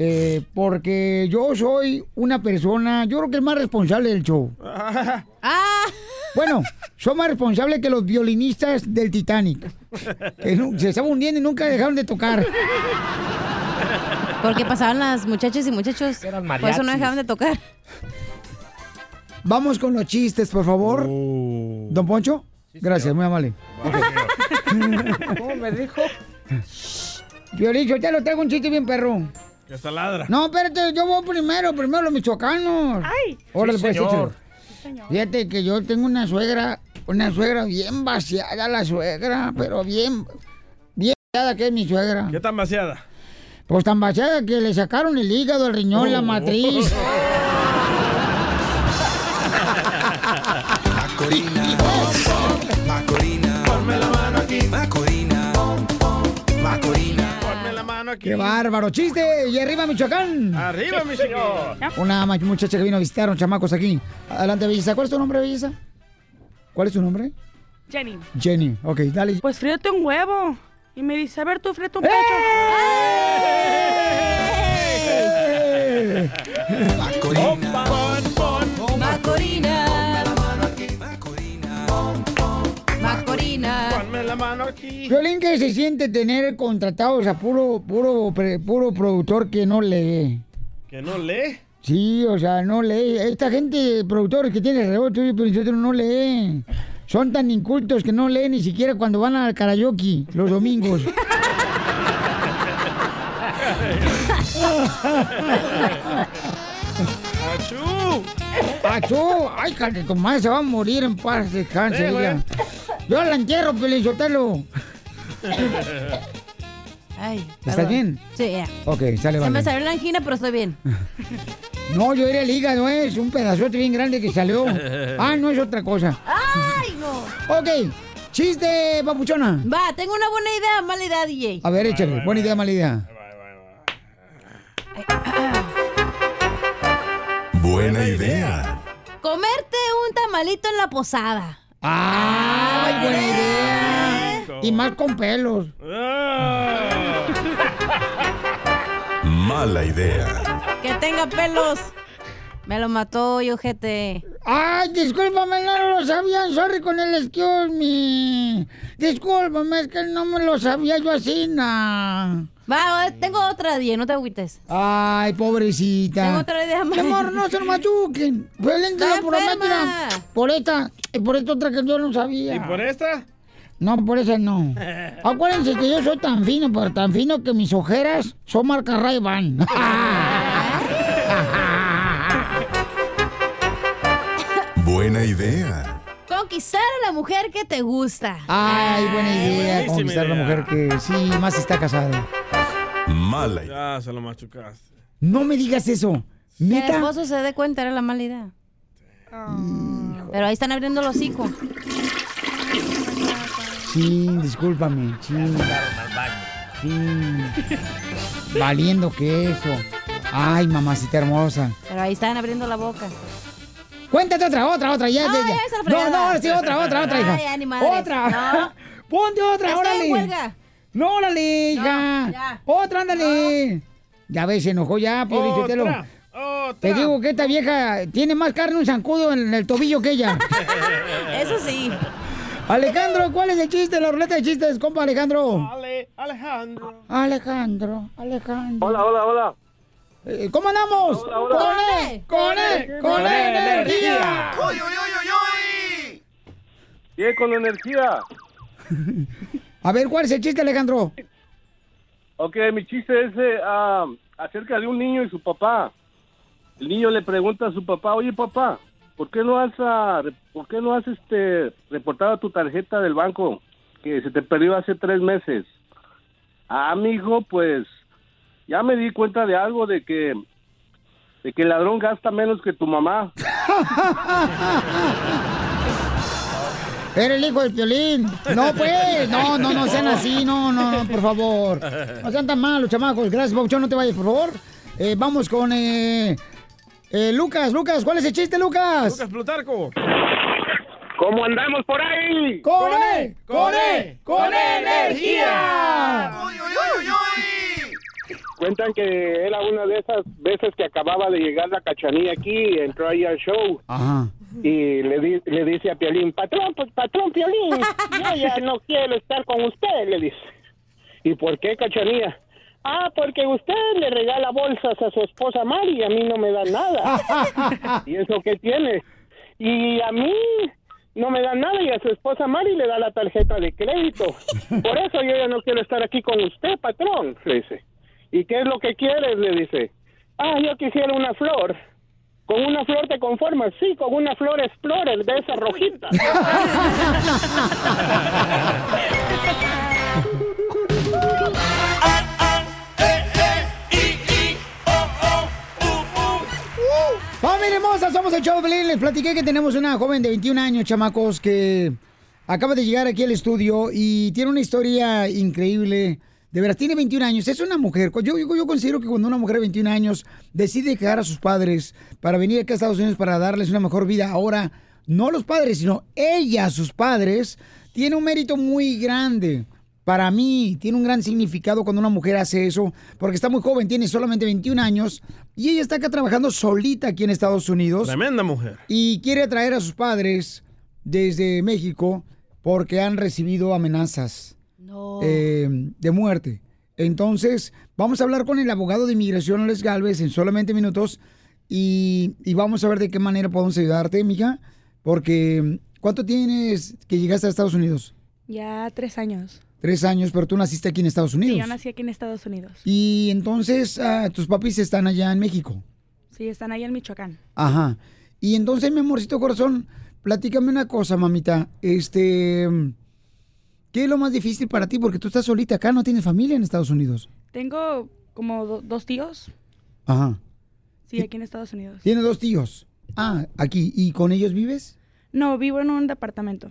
S1: eh, porque yo soy una persona, yo creo que el más responsable del show. Bueno, soy más responsable que los violinistas del Titanic. Que nu- se estaban hundiendo y nunca dejaron de tocar.
S3: Porque pasaban las muchachas y muchachos. Por eso no
S1: mariachis.
S3: dejaban de tocar.
S1: Vamos con los chistes, por favor. Don Poncho, gracias, muy amable.
S10: ¿Cómo me dijo?
S1: Violín, yo te lo traigo un chiste bien perro.
S2: Que hasta ladra.
S1: No, espérate, yo voy primero, primero los michoacanos. Ay, Órale,
S2: Sí,
S1: pues,
S2: señor.
S1: échale. Fíjate que yo tengo una suegra, una suegra bien vaciada, la suegra, pero bien, bien vaciada que es mi suegra.
S2: ¿Qué tan vaciada?
S1: Pues tan vaciada que le sacaron el hígado, el riñón,
S2: Oh.
S1: la
S2: (laughs)
S1: matriz.
S8: Macorina, Macorina, ponme la mano aquí. Macorina, Macorina, ponme la mano
S2: mano aquí.
S1: ¡Qué bárbaro! ¡Chiste! ¡Y arriba, Michoacán!
S2: ¡Arriba, mi señor!
S1: Una ma- muchacha que vino a visitar a unos chamacos aquí. Adelante, Belleza. ¿Cuál es tu nombre, Belleza? ¿Cuál es tu nombre?
S9: Jenny.
S1: Jenny. Ok, dale.
S9: Pues fríete un huevo. Y me dice, a ver, tú fríete un pecho.
S12: ¡Eh!
S3: Macorina. Macorina.
S2: Ponme la mano aquí.
S1: Violín que se siente tener contratados a puro, puro, pre- puro productor que no lee.
S2: Que no lee.
S1: Sí, o sea, no lee. Esta gente, productores que tiene alrededor tuyo, pero nosotros no leen. Son tan incultos que no leen ni siquiera cuando van al karaoke los domingos.
S2: ¡Achú!
S1: ¡Achú! ¡Ay, Carlos Tomás se va a morir en paz, descanse,
S2: Sí, güey.
S1: ella. Yo la entierro, Pelín Sotelo.
S3: Ay,
S1: ¿Estás
S3: perdón.
S1: bien?
S3: Sí, ya.
S1: Ok, sale,
S3: Se me
S1: vale.
S3: salió la angina, pero
S1: (laughs)
S3: estoy bien.
S1: No, yo era el hígado, es un pedazote bien grande que salió. Ah, no es otra cosa.
S3: ¡Ay, no!
S1: Ok, chiste, papuchona.
S3: Va, tengo una buena idea, mala idea, DJ.
S1: A ver, échale. Buena idea, mala idea.
S7: Buena idea.
S3: Comerte un tamalito en la posada.
S1: ¡Ay, buena idea! Y más con pelos.
S7: Mala idea.
S3: Que tenga pelos. Me lo mató, y ojete.
S1: Ay, discúlpame, no lo sabía. Sorry con el excuse me. Discúlpame, es que no me lo sabía yo así, na.
S3: Va, eh, tengo otra, DJ, no te agüites.
S1: Ay, pobrecita.
S3: Tengo otra idea más.
S1: Mi amor, no se lo machuquen. Violencia
S3: Está
S1: la por la
S3: enferma.
S1: máquina. Por esta y por esta otra que yo no sabía.
S2: ¿Y por esta?
S1: No, por esa
S2: (laughs)
S1: no. Acuérdense que yo soy tan fino, pero tan fino que mis ojeras son marca Ray-Ban. (laughs)
S7: Buena idea.
S3: Conquistar a la mujer que te gusta.
S1: Ay, buena idea.
S2: buenísima
S1: Conquistar a la
S2: idea.
S1: mujer que sí, más está casada.
S7: Mala
S2: idea. Ya, se lo machucaste.
S1: No me digas eso.
S3: Que el
S1: ¿Neta?
S3: esposo se dé cuenta, era la mala idea. Pero ahí están abriendo los hocico.
S1: Sí, discúlpame. Sí. Sí. Valiendo que eso. Ay, mamacita hermosa.
S3: Pero ahí están abriendo la boca.
S1: Cuéntate otra, otra, otra. Ya,
S3: No,
S1: ya, ya.
S3: ya esa
S1: No,
S3: fregada.
S1: no, ahora sí, otra, otra, otra, hija.
S3: Ay, ya, ni madres.
S1: otra. (laughs) Ponte otra,
S3: Estoy en
S1: órale.
S3: huelga.
S1: No, órale,
S3: No,
S1: hija.
S3: ya.
S1: Otra, ándale. Ya ves, se enojó ya, Piolín Sotelo.
S2: Otra, otra.
S1: Te digo que esta vieja tiene más carne un zancudo en el tobillo que
S3: (laughs)
S1: ella.
S3: Eso sí.
S1: Alejandro, ¿cuál es el chiste? La ruleta de chistes, compa Alejandro.
S2: Ale, Alejandro.
S1: Alejandro, Alejandro.
S18: Hola, hola, hola.
S1: Eh, ¿Cómo andamos?
S18: Hola, hola.
S1: Con él, con él, con él, energía.
S18: Bien, con energía.
S1: A ver, ¿cuál es el chiste, Alejandro?
S18: Ok, mi chiste es eh, ah, acerca de un niño y su papá. El niño le pregunta a su papá, oye papá, ¿por qué no has, ah, re- ¿por qué no has este, reportado tu tarjeta del banco que se te perdió hace tres meses? Ah, mi hijo, pues ya me di cuenta de algo, de que, de que el ladrón gasta menos que tu mamá.
S1: (laughs) Era el hijo del violín. No, pues, no, no, no sean así, no, no, por favor. No sean tan malos, chamacos. Gracias, Pauchón, no te vayas, por favor. Eh, vamos con eh, eh, Lucas, Lucas, ¿cuál es el chiste, Lucas?
S2: Lucas Plutarco.
S18: ¿Cómo andamos por ahí?
S1: ¡Con él! ¡Con él! ¡Con E energía!
S18: Cuentan que era una de esas veces que acababa de llegar la cachanilla aquí, entró ahí al show
S1: Ajá.
S18: y le, di- le dice a Piolín, patrón, pues, patrón Piolín, yo ya no quiero estar con usted, le dice. ¿Y por qué cachanilla? Ah, porque usted le regala bolsas a su esposa Mari y a mí no me da nada. ¿Y eso qué tiene? Y a mí no me da nada y a su esposa Mari le da la tarjeta de crédito. Por eso yo ya no quiero estar aquí con usted, patrón, le dice. ¿Y qué es lo que quieres? Le dice. Ah, yo quisiera una flor. ¿Con una flor te conformas? Sí, con una flor explorer de esa rojita.
S1: Familia hermosa, somos el show de Pelín. Les platiqué que tenemos una joven de 21 años, chamacos, que acaba de llegar aquí al estudio y tiene una historia increíble De veras, tiene 21 años, es una mujer. Yo, yo, yo considero que cuando una mujer de 21 años decide quedar a sus padres para venir acá a Estados Unidos para darles una mejor vida, ahora, no los padres, sino ella, sus padres, tiene un mérito muy grande. Para mí, tiene un gran significado cuando una mujer hace eso, porque está muy joven, tiene solamente 21 años, y ella está acá trabajando solita aquí en Estados Unidos.
S2: Tremenda mujer.
S1: Y quiere traer a sus padres desde México porque han recibido amenazas
S19: Oh.
S1: eh, de muerte. Entonces, vamos a hablar con el abogado de inmigración, Alex Galvez, en solamente minutos y, y vamos a ver de qué manera podemos ayudarte, mija, porque ¿cuánto tienes que llegaste a Estados Unidos?
S9: Ya tres años.
S1: Tres años, pero tú naciste aquí en Estados
S9: Sí,
S1: Unidos.
S9: yo nací aquí en Estados Unidos.
S1: Y entonces ah, tus papis están allá en México.
S9: Sí, están ahí en Michoacán.
S1: Ajá. Y entonces, mi amorcito corazón, platícame una cosa, mamita. Este, ¿qué es lo más difícil para ti? Porque tú estás solita acá, no tienes familia en Estados Unidos.
S9: Tengo como do- dos tíos.
S1: Ajá.
S9: Sí, aquí en Estados Unidos.
S1: Tienes dos tíos. Ah, aquí. ¿Y con ellos vives?
S9: No, vivo en un departamento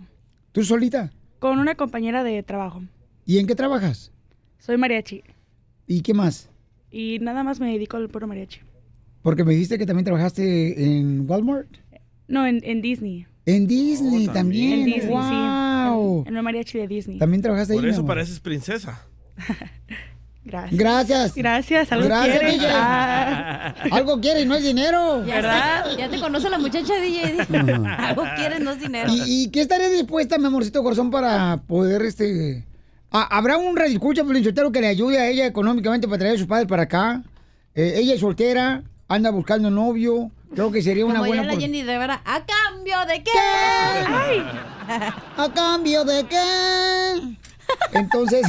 S1: ¿Tú solita?
S9: con una compañera de trabajo.
S1: ¿Y en qué trabajas?
S9: Soy mariachi
S1: ¿Y qué más?
S9: y nada más me dedico al puro mariachi.
S1: Porque me dijiste que también trabajaste en Walmart.
S9: No, en, en Disney.
S1: En Disney
S9: Oh, En
S1: Ah, también.
S9: Disney,
S1: ¡Wow!
S9: sí. En, en un mariachi de Disney.
S1: También trabajaste ahí.
S2: Por
S1: mi
S2: eso
S1: amor.
S2: pareces princesa.
S9: Gracias.
S1: Gracias.
S9: Gracias, Pues algo
S1: Gracias,
S9: quieres.
S1: DJ.
S9: Ah.
S1: (laughs) Algo quieres, no es dinero.
S3: Ya está, Ya te conoce la muchacha, DJ. (laughs) Algo quieres, no es dinero.
S1: ¿Y, y qué estarías dispuesta, mi amorcito corazón, para poder este. a- ¿Habrá un radioescucha Piolinsotero, que le ayude a ella económicamente para traer a sus padres para acá? Eh, ella es soltera, anda buscando novio. Creo que sería una
S3: Como
S1: buena.
S3: diría la
S1: opor-
S3: Jenny Rivera, ¿a cambio de qué?
S1: ¿A cambio de qué? Entonces.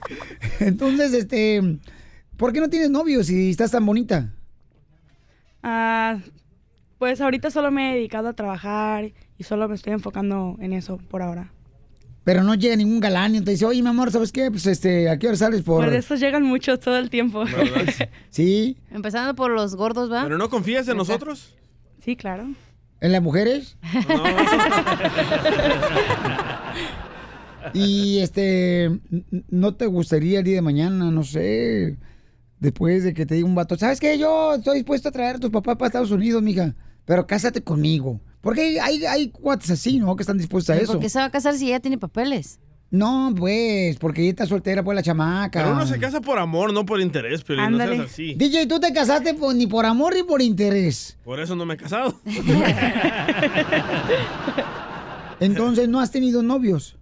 S1: (laughs) entonces, este. ¿Por qué no tienes novio si estás tan bonita?
S9: Ah, pues ahorita solo me he dedicado a trabajar y solo me estoy enfocando en eso por ahora.
S1: Pero no llega ningún galán y te dice, oye, mi amor, ¿sabes qué? Pues este, ¿a qué hora sales por.?
S9: Por eso llegan muchos todo el tiempo.
S1: sí.
S3: Empezando por los gordos, ¿va?
S2: ¿Pero no confías en nosotros?
S9: Sí, claro.
S1: ¿En las mujeres? (laughs) y este, n- ¿no te gustaría el día de mañana, no sé, después de que te diga un vato, ¿sabes qué? Yo estoy dispuesto a traer a tus papás para Estados Unidos, mija, pero cásate conmigo. Porque hay, hay cuates así, ¿no? Que están dispuestos a
S3: ¿Y
S1: eso.
S3: ¿Por qué se va a casar si ella tiene papeles?
S1: No, pues, porque ella está soltera, pues la chamaca.
S2: Pero uno se casa por amor, no por interés, pero no seas así.
S1: DJ, tú te casaste por- ni por amor ni por interés.
S2: Por eso no me he casado.
S1: Entonces, ¿no has tenido novios?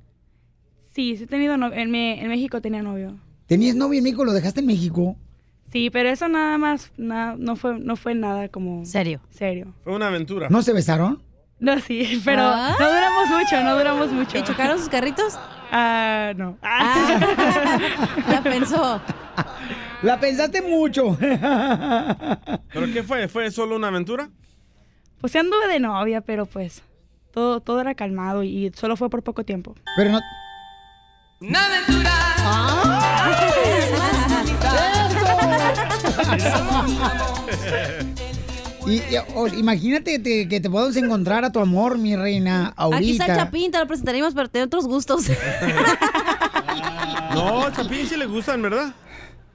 S9: Sí, sí he tenido novio. En, Me- en México tenía novio.
S1: ¿Tenías novio en México? ¿Lo dejaste en México?
S9: Sí, pero eso nada más, na- no fue, no fue nada como serio. Serio.
S2: Fue una aventura.
S1: ¿No se besaron?
S9: No, sí, (laughs) pero
S3: Ah.
S9: no duramos mucho, no duramos mucho.
S3: ¿Y chocaron sus carritos?
S9: Ah, no. (laughs)
S3: La pensó.
S1: (laughs) La pensaste mucho.
S2: (laughs) ¿Pero qué fue? ¿Fue solo una aventura?
S9: Pues sí anduve de novia, pero pues todo, todo era calmado y solo fue por poco tiempo.
S1: Pero no. Y, y- o- imagínate te- que te podemos encontrar a tu amor, mi reina,
S3: Aquí está el
S1: ahorita.
S3: Chapín, te lo presentaremos, pero tiene
S1: (laughs)
S3: otros gustos.
S2: No, Chapín sí le gustan, ¿verdad?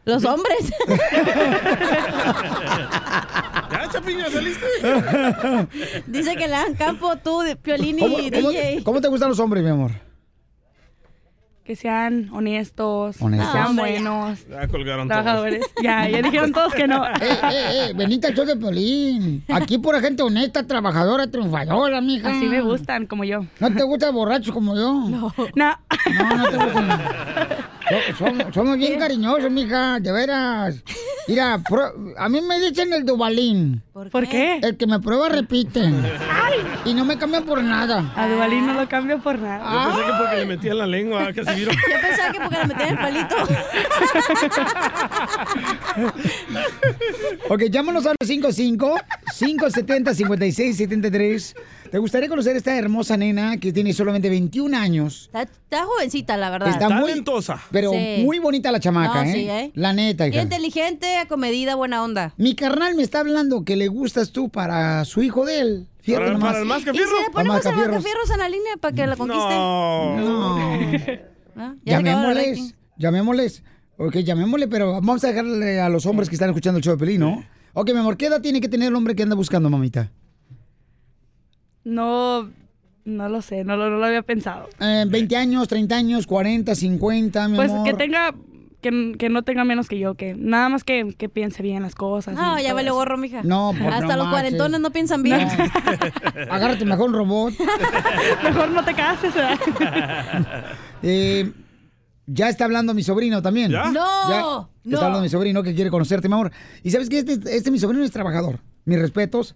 S3: Los hombres.
S2: ¿Ya, Chapín, ya saliste?
S3: Dice que le dan campo tú, de Piolín
S1: (laughs)
S3: y
S1: ¿Cómo,
S3: DJ.
S1: cómo- cómo te gustan los hombres, mi amor?
S9: Que sean honestos,
S1: Honestos.
S9: que sean
S1: Hombre, ya.
S9: buenos.
S2: Ya colgaron
S9: Trabajadores. Ya, ya dijeron todos que no.
S1: (laughs) Eh, eh, eh, venite al show de Piolín. Aquí pura gente honesta, trabajadora, triunfadora, mija.
S9: Así me gustan, como yo.
S1: ¿No te gusta borracho como yo? No.
S9: No.
S1: No, no te gustan. So- Somos, somos bien cariñosos, mija, de veras. Mira, pro- a mí me dicen el Dubalín.
S9: ¿Por qué?
S1: El que me prueba repite. Y no me cambian por nada.
S9: A Dubalín no lo cambio por nada.
S2: Yo pensé que porque le metían la
S12: Ah,
S2: lengua, que se vieron.
S3: Yo pensaba que porque le metían el palito.
S1: Ok, llámanos al 55-570-5673. ¿Te gustaría conocer a esta hermosa nena que tiene solamente 21 años?
S3: Está, está jovencita, la verdad.
S1: Está muy Pero muy bonita la chamaca,
S3: No,
S1: ¿eh?
S3: sí, ¿eh?
S1: La neta,
S3: Y
S1: hija.
S3: inteligente, acomedida, buena onda.
S1: Mi carnal me está hablando que le gustas tú para su hijo de él. Fíjate
S2: Para-
S1: nomás.
S2: para el
S3: ¿Y si le
S1: Para
S3: ponemos a
S1: Mascafierros.
S3: Mascafierros en la línea para que la conquiste?
S2: No.
S1: No.
S3: (laughs) ¿Ah? Ya se acabó el rating.
S1: Llamémosles. Llamémosles. Ok, llamémosle, pero vamos a dejarle a los hombres que están escuchando el show de Pelín, ¿no? Ok, mi amor, ¿qué edad tiene que tener el hombre que anda buscando, mamita?
S9: (laughs) No, no lo sé, no lo, no lo había pensado.
S1: Eh, ¿20 años, 30 años, 40, 50, mi
S9: Pues
S1: amor?
S9: que tenga, que, que no tenga menos que yo, que nada más que, que piense bien las cosas.
S3: No,
S9: y
S3: Ah, ya
S9: todo
S3: vale
S9: eso.
S3: gorro, mija.
S9: No, pues,
S3: Hasta
S9: no
S3: los
S9: marches.
S3: cuarentones no piensan bien.
S1: Agárrate mejor un robot.
S9: Mejor no te cases, ¿verdad? (laughs)
S1: Eh, ya está hablando mi sobrino también.
S9: ¿Ya? No, no.
S1: Está hablando mi sobrino que quiere conocerte, mi amor. Y sabes que este, este mi sobrino es trabajador. Mis respetos.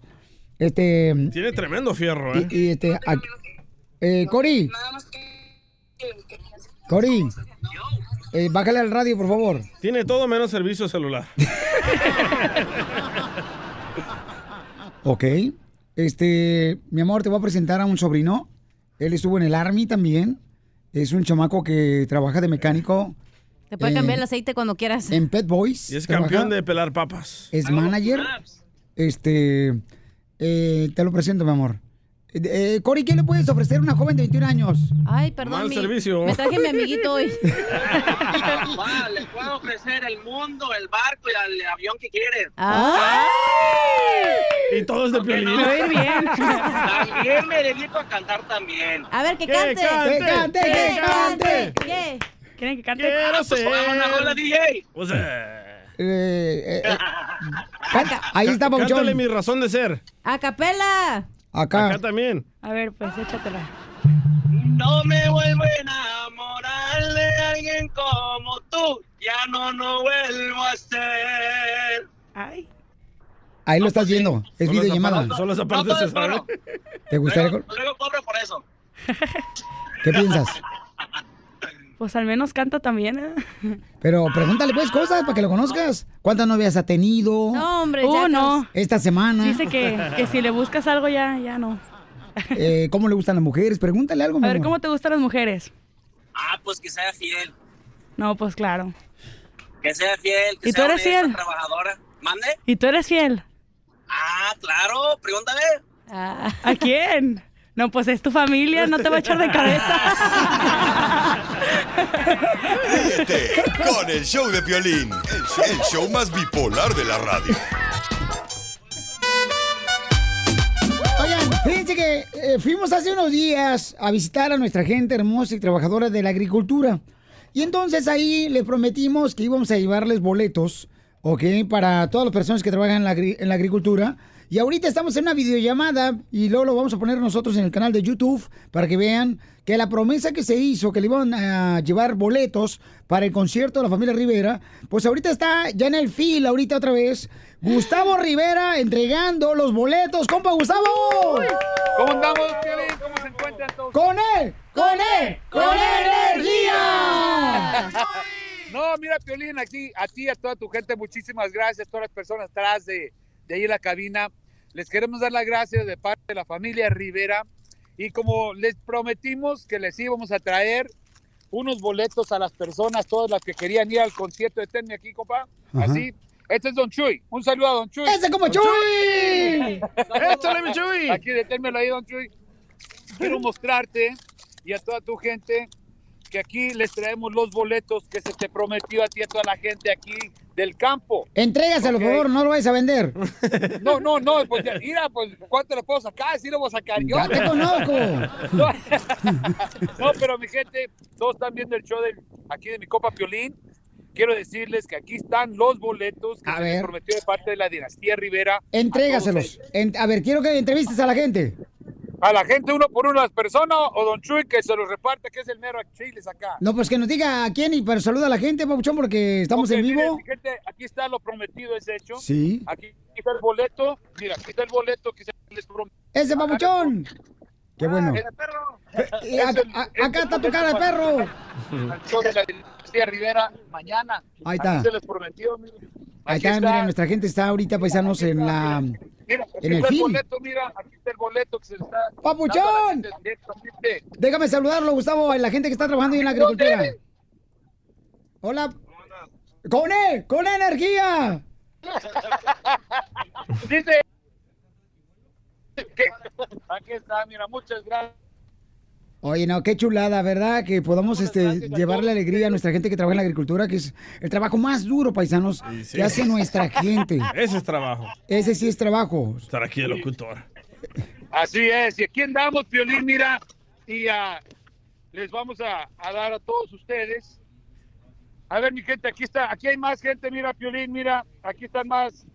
S1: Este.
S2: Tiene tremendo fierro, ¿eh?
S1: Y, y, este. a- eh, Cori. Cori. eh, bájale al radio, por favor.
S2: Tiene todo menos servicio celular.
S1: Ok. Este, mi amor, te voy a presentar a un sobrino. Él estuvo en el Army también. Es un chamaco que trabaja de mecánico.
S3: Te puede cambiar
S1: Eh, em-
S3: el aceite cuando quieras.
S1: En Pet Boys.
S2: Y es
S1: trabaja.
S2: campeón de pelar papas.
S1: es manager. Este, eh, te lo presento, mi amor. Eh, eh, Cori, ¿qué le puedes ofrecer a una joven de 21 años?
S3: Ay, perdón.
S1: Mal
S3: mi-
S1: servicio.
S3: Me traje mi amiguito hoy.
S12: Va, le puedo ofrecer el mundo, el barco y el avión que quiere.
S3: Ah.
S2: Y todo es de Piolín.
S12: También me dedico a cantar también.
S3: A ver, que
S12: ¡Que
S3: cante.
S12: cante! ¡Que
S3: cante!
S12: cante!
S3: ¿Qué?
S9: ¿Quieren que cante?
S12: Quiero ser. Ah, pues, Una rola, DJ.
S1: Eh, eh, eh, canta- ahí está, Pauchón.
S2: Cántale mi razón de ser.
S3: A capela.
S1: Acá.
S2: Acá también.
S9: A ver, pues échatela.
S12: No me vuelvo a enamorar de alguien como tú. Ya no, no vuelvo a ser.
S9: Ay.
S1: (laughs) Ahí lo estás viendo. Es
S2: Solo esa
S1: videollamada.
S2: parte- solo esa parte
S12: pues,
S2: se sabe.
S1: ¿Te gustaría? co-
S12: Luego corre por eso.
S1: ¿Qué piensas?
S9: Pues al menos canta también, ¿eh?
S1: Pero pregúntale pues cosas para que lo conozcas. ¿Cuántas novias ha tenido?
S9: No, hombre, Uh, ya no. no.
S1: Esta semana.
S9: Dice que, que si le buscas algo ya, ya no.
S1: (laughs) Eh, ¿Cómo le gustan las mujeres? Pregúntale algo, mi
S9: A ver,
S1: amor.
S9: ¿cómo te gustan las mujeres?
S12: Ah, pues que sea fiel.
S9: No, pues claro.
S12: Que sea fiel. Que
S9: ¿Y tú
S12: sea
S9: eres
S12: honesta,
S9: fiel?
S12: Trabajadora. ¿Mande?
S9: ¿Y tú eres fiel?
S12: Ah, claro. Pregúntale.
S3: Ah.
S9: ¿A quién? No, pues es tu familia, no te va a
S3: (laughs)
S9: echar de cabeza.
S7: Ríete con el show de Piolín, el show, el show más bipolar de la radio.
S1: Oigan, fíjense que eh, fuimos hace unos días a visitar a nuestra gente hermosa y trabajadora de la agricultura. Y entonces ahí les prometimos que íbamos a llevarles boletos, ¿ok? Para todas las personas que trabajan en la, agri- en la agricultura. Y ahorita estamos en una videollamada y luego lo vamos a poner nosotros en el canal de YouTube para que vean que la promesa que se hizo, que le iban a llevar boletos para el concierto de la familia Rivera, pues ahorita está ya en el fil, ahorita otra vez, Gustavo Rivera entregando los boletos. ¡Compa Gustavo!
S20: ¿Cómo andamos, Piolín? ¿Cómo se encuentran todos?
S1: ¡Con él! ¡Con él! ¡Con energía!
S20: No, mira, Piolín, aquí, a ti y a toda tu gente, muchísimas gracias, todas las personas atrás de, de ahí en la cabina. Les queremos dar las gracias de parte de la familia Rivera. Y como les prometimos que les íbamos a traer unos boletos a las personas, todas las que querían ir al concierto de Tenme aquí, compa.
S1: Ajá.
S20: Así. Este es Don Chuy. Un saludo a Don Chuy.
S1: ¡Ese Este como
S20: Don
S1: Chuy!
S20: ¡Échale, mi Chuy! Aquí, deténmelo ahí, don Chuy. Quiero mostrarte y a toda tu gente que aquí les traemos los boletos que se te prometió a ti y a toda la gente aquí del campo.
S1: Entrégaselo, por
S20: Ok.
S1: favor, no lo vayas a vender.
S20: No, no, no, pues ya, mira, pues ¿cuánto lo puedo sacar? Sí lo voy a sacar yo.
S1: ¡Ya te conozco!
S20: No, pero mi gente, todos están viendo el show de, aquí de mi copa Piolín. Quiero decirles que aquí están los boletos que
S1: A
S20: se
S1: ver.
S20: les prometió de parte de la dinastía Rivera. (laughs)
S1: Entrégaselos. En- a ver, quiero que entrevistes a la gente.
S20: A la gente uno por uno las personas o Don Chuy que se los reparte, que es el mero chiles acá.
S1: No, pues que nos diga a quién y pero saluda a la gente, Papuchón, porque estamos en vivo.
S20: Mi gente, aquí está lo prometido, es hecho.
S1: Sí.
S20: Aquí está el boleto. Mira, aquí está el boleto que se les prometió.
S1: ¡Ese Papuchón! ¡Qué bueno! Eh, ah.
S20: Ah, el perro.
S1: Y acá, a- acá está tu cara de perro.
S20: Al show de la dinastía Rivera mañana.
S1: Ahí está.
S20: Aquí se les prometió. mira.
S1: Ahí
S20: Aquí
S1: está, mira, nuestra gente está ahorita, paisanos, en la...
S20: Mira, aquí
S1: en el
S20: está el
S1: film.
S20: boleto, mira, aquí está el boleto que se está. dando a la
S1: ¡Papuchón!
S20: gente directamente.
S1: Déjame saludarlo, Gustavo, a la gente que está trabajando ahí en la agricultura. Hola. ¡Con él! ¡Con energía!
S20: Dice. (laughs) que- Aquí está, mira, muchas gracias.
S1: Oye, no, qué chulada, ¿verdad? Que podamos este, llevarle alegría a nuestra gente que trabaja en la agricultura, que es el trabajo más duro, paisanos,
S2: sí.
S1: que hace nuestra gente.
S2: (laughs) Ese es trabajo.
S1: Ese sí es trabajo.
S2: Estar aquí de locutor.
S20: Así es, y aquí andamos, Piolín, mira, y ah, les vamos a, a dar a todos ustedes. A ver, mi gente, aquí está, aquí hay más gente, mira, Piolín, mira, aquí están más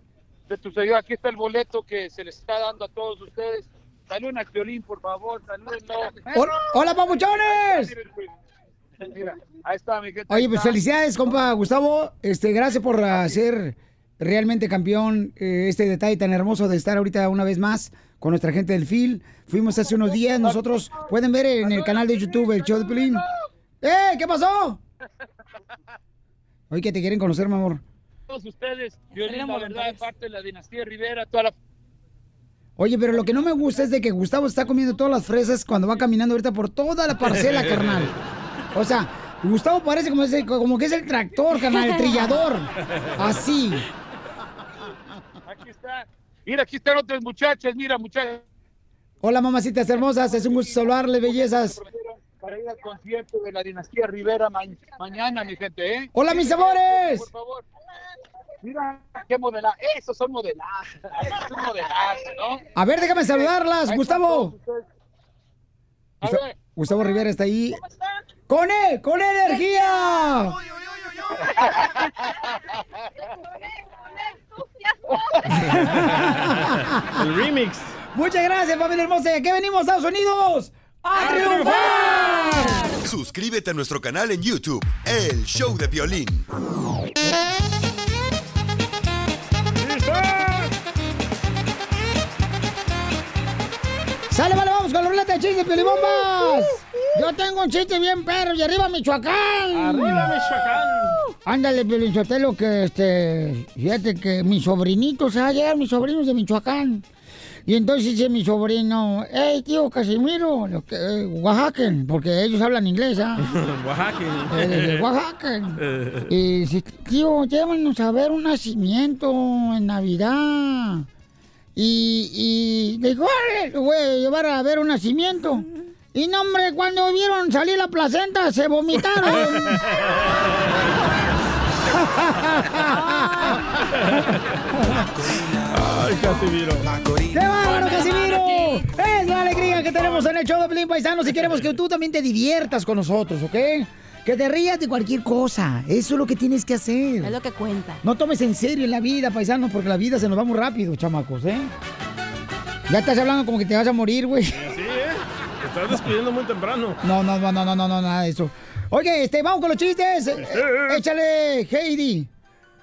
S20: de tus seguidores, aquí está el boleto que se les está dando a todos ustedes. Saluden a Piolín, por favor, salúdenlo.
S1: Hola- ¡Hola, papuchones!
S20: pues, Mira, ahí está, mi gente.
S1: Oye,
S20: ahí
S1: pues
S20: está.
S1: felicidades, compa Gustavo. Este, gracias por hacer realmente campeón eh, este detalle tan hermoso de estar ahorita una vez más con nuestra gente del FIL. Fuimos hace unos días, nosotros pueden ver en el canal de YouTube el show de Pelín. ¡Eh! ¿Qué pasó? Oye, que te quieren conocer, mi amor.
S20: todos ustedes. Violín, la verdad, de parte de la dinastía Rivera, toda la
S1: Oye, pero lo que no me gusta es de que Gustavo está comiendo todas las fresas cuando va caminando ahorita por toda la
S20: (laughs)
S1: parcela, carnal. O sea, Gustavo parece como, ese- como que es el tractor, carnal, el trillador. Así.
S20: Aquí está. Mira, aquí están otras muchachas. Mira, muchachas,
S1: Hola, mamacitas hermosas. Es un gusto saludarles, bellezas.
S20: para ir al concierto de la dinastía Rivera ma- mañana, mi gente, ¿eh?
S1: Hola, mis amores.
S20: Por favor. Mira, qué modelaje. Esos son modelajes. Esos son modelajes, ¿no?
S1: A ver, déjame saludarlas,
S20: Ahí están
S1: Gustavo.
S20: todos ustedes.
S1: Gusta- Gustavo Rivera está ahí. ¡Con él! ¡Con E energía!
S2: El remix.
S1: Muchas gracias, familia hermosa. ¿Qué venimos, Estados Unidos? ¡A triunfar!
S7: Suscríbete a nuestro canal en YouTube, El Show de Violín.
S1: ¡Sale, vale, vamos con la ruleta de chistes, pelibombas! Yo tengo un chiste bien perro y arriba Michoacán.
S12: Arriba, Michoacán.
S1: Ándale, Pelinchotelo, que este. Fíjate que mis sobrinitos, se va a llegar mis sobrinos de Michoacán. Y entonces dice mi sobrino, hey tío Casimiro, lo que, eh, Oaxacan", porque ellos hablan inglés, ¿ah?
S2: (laughs)
S1: Eh, de- de
S12: Oaxaca.
S1: Oaxaca.
S2: Eh,
S1: Y (laughs) dice, tío, llévanos a ver un nacimiento en Navidad. Y, y le dijo, "Órale, lo voy a llevar a ver un nacimiento. Y no, hombre, cuando vieron salir la placenta, se (laughs) vomitaron.
S2: Ay, Casimiro.
S1: ¡Qué bárbaro, Casimiro! Es la alegría que tenemos en el show de Pelín Paisano. Si queremos que tú también te diviertas con nosotros, ¿ok? Que te rías de cualquier cosa. Eso es lo que tienes que hacer. Es
S3: lo que cuenta.
S1: No tomes en serio la vida, paisano, porque la vida se nos va muy rápido, chamacos, ¿eh? Ya estás hablando como que te vas a morir, güey.
S2: Sí, ¿eh? Te estás despidiendo muy temprano.
S1: No, no, no, no, no, no, no, nada de eso. Oye, este, vamos con los chistes. Eh, eh, Échale, Heidi.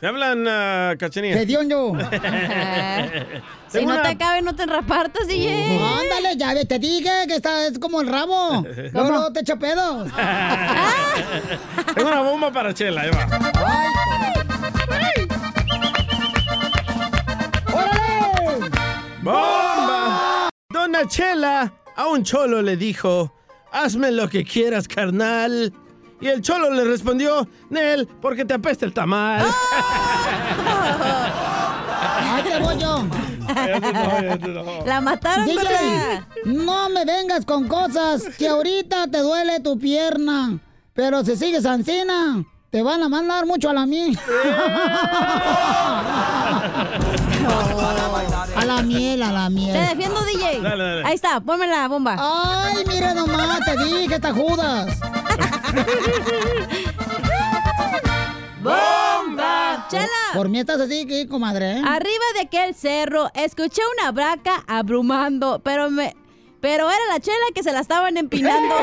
S2: Te hablan, ah, Cachanilla.
S1: Te dio yo.
S2: (laughs)
S3: Si no te cabe, no te enrapartas, DJ.
S1: Ándale, ya ve, te dije que está es como el rabo. No, no, te echa
S2: (laughs)
S1: pedos.
S2: Tengo una bomba para Chela, ahí va.
S1: ¡Órale!
S2: ¡Bomba! Dona Chela a un cholo le dijo, hazme lo que quieras, carnal. Y el cholo le respondió, Nel, porque te apesta el tamal.
S1: Ah. ¡Ay, te voy yo!
S3: La mataron,
S1: DJ,
S3: colega.
S1: No me vengas con cosas que ahorita te duele tu pierna. Pero si sigues ancina, te van a mandar mucho a la miel. (laughs) a la miel, a la miel.
S3: Te defiendo, DJ.
S1: Dale, dale.
S3: Ahí está, ponme la bomba.
S1: Ay, mira nomás, te dije, está Judas.
S3: (laughs) ¡Bomba! Ah, ¡Chela!
S1: Por mí estás así, que comadre. ¿eh?
S3: Arriba de aquel cerro, escuché una braca abrumando, pero me... Pero era la chela que se la estaban empinando.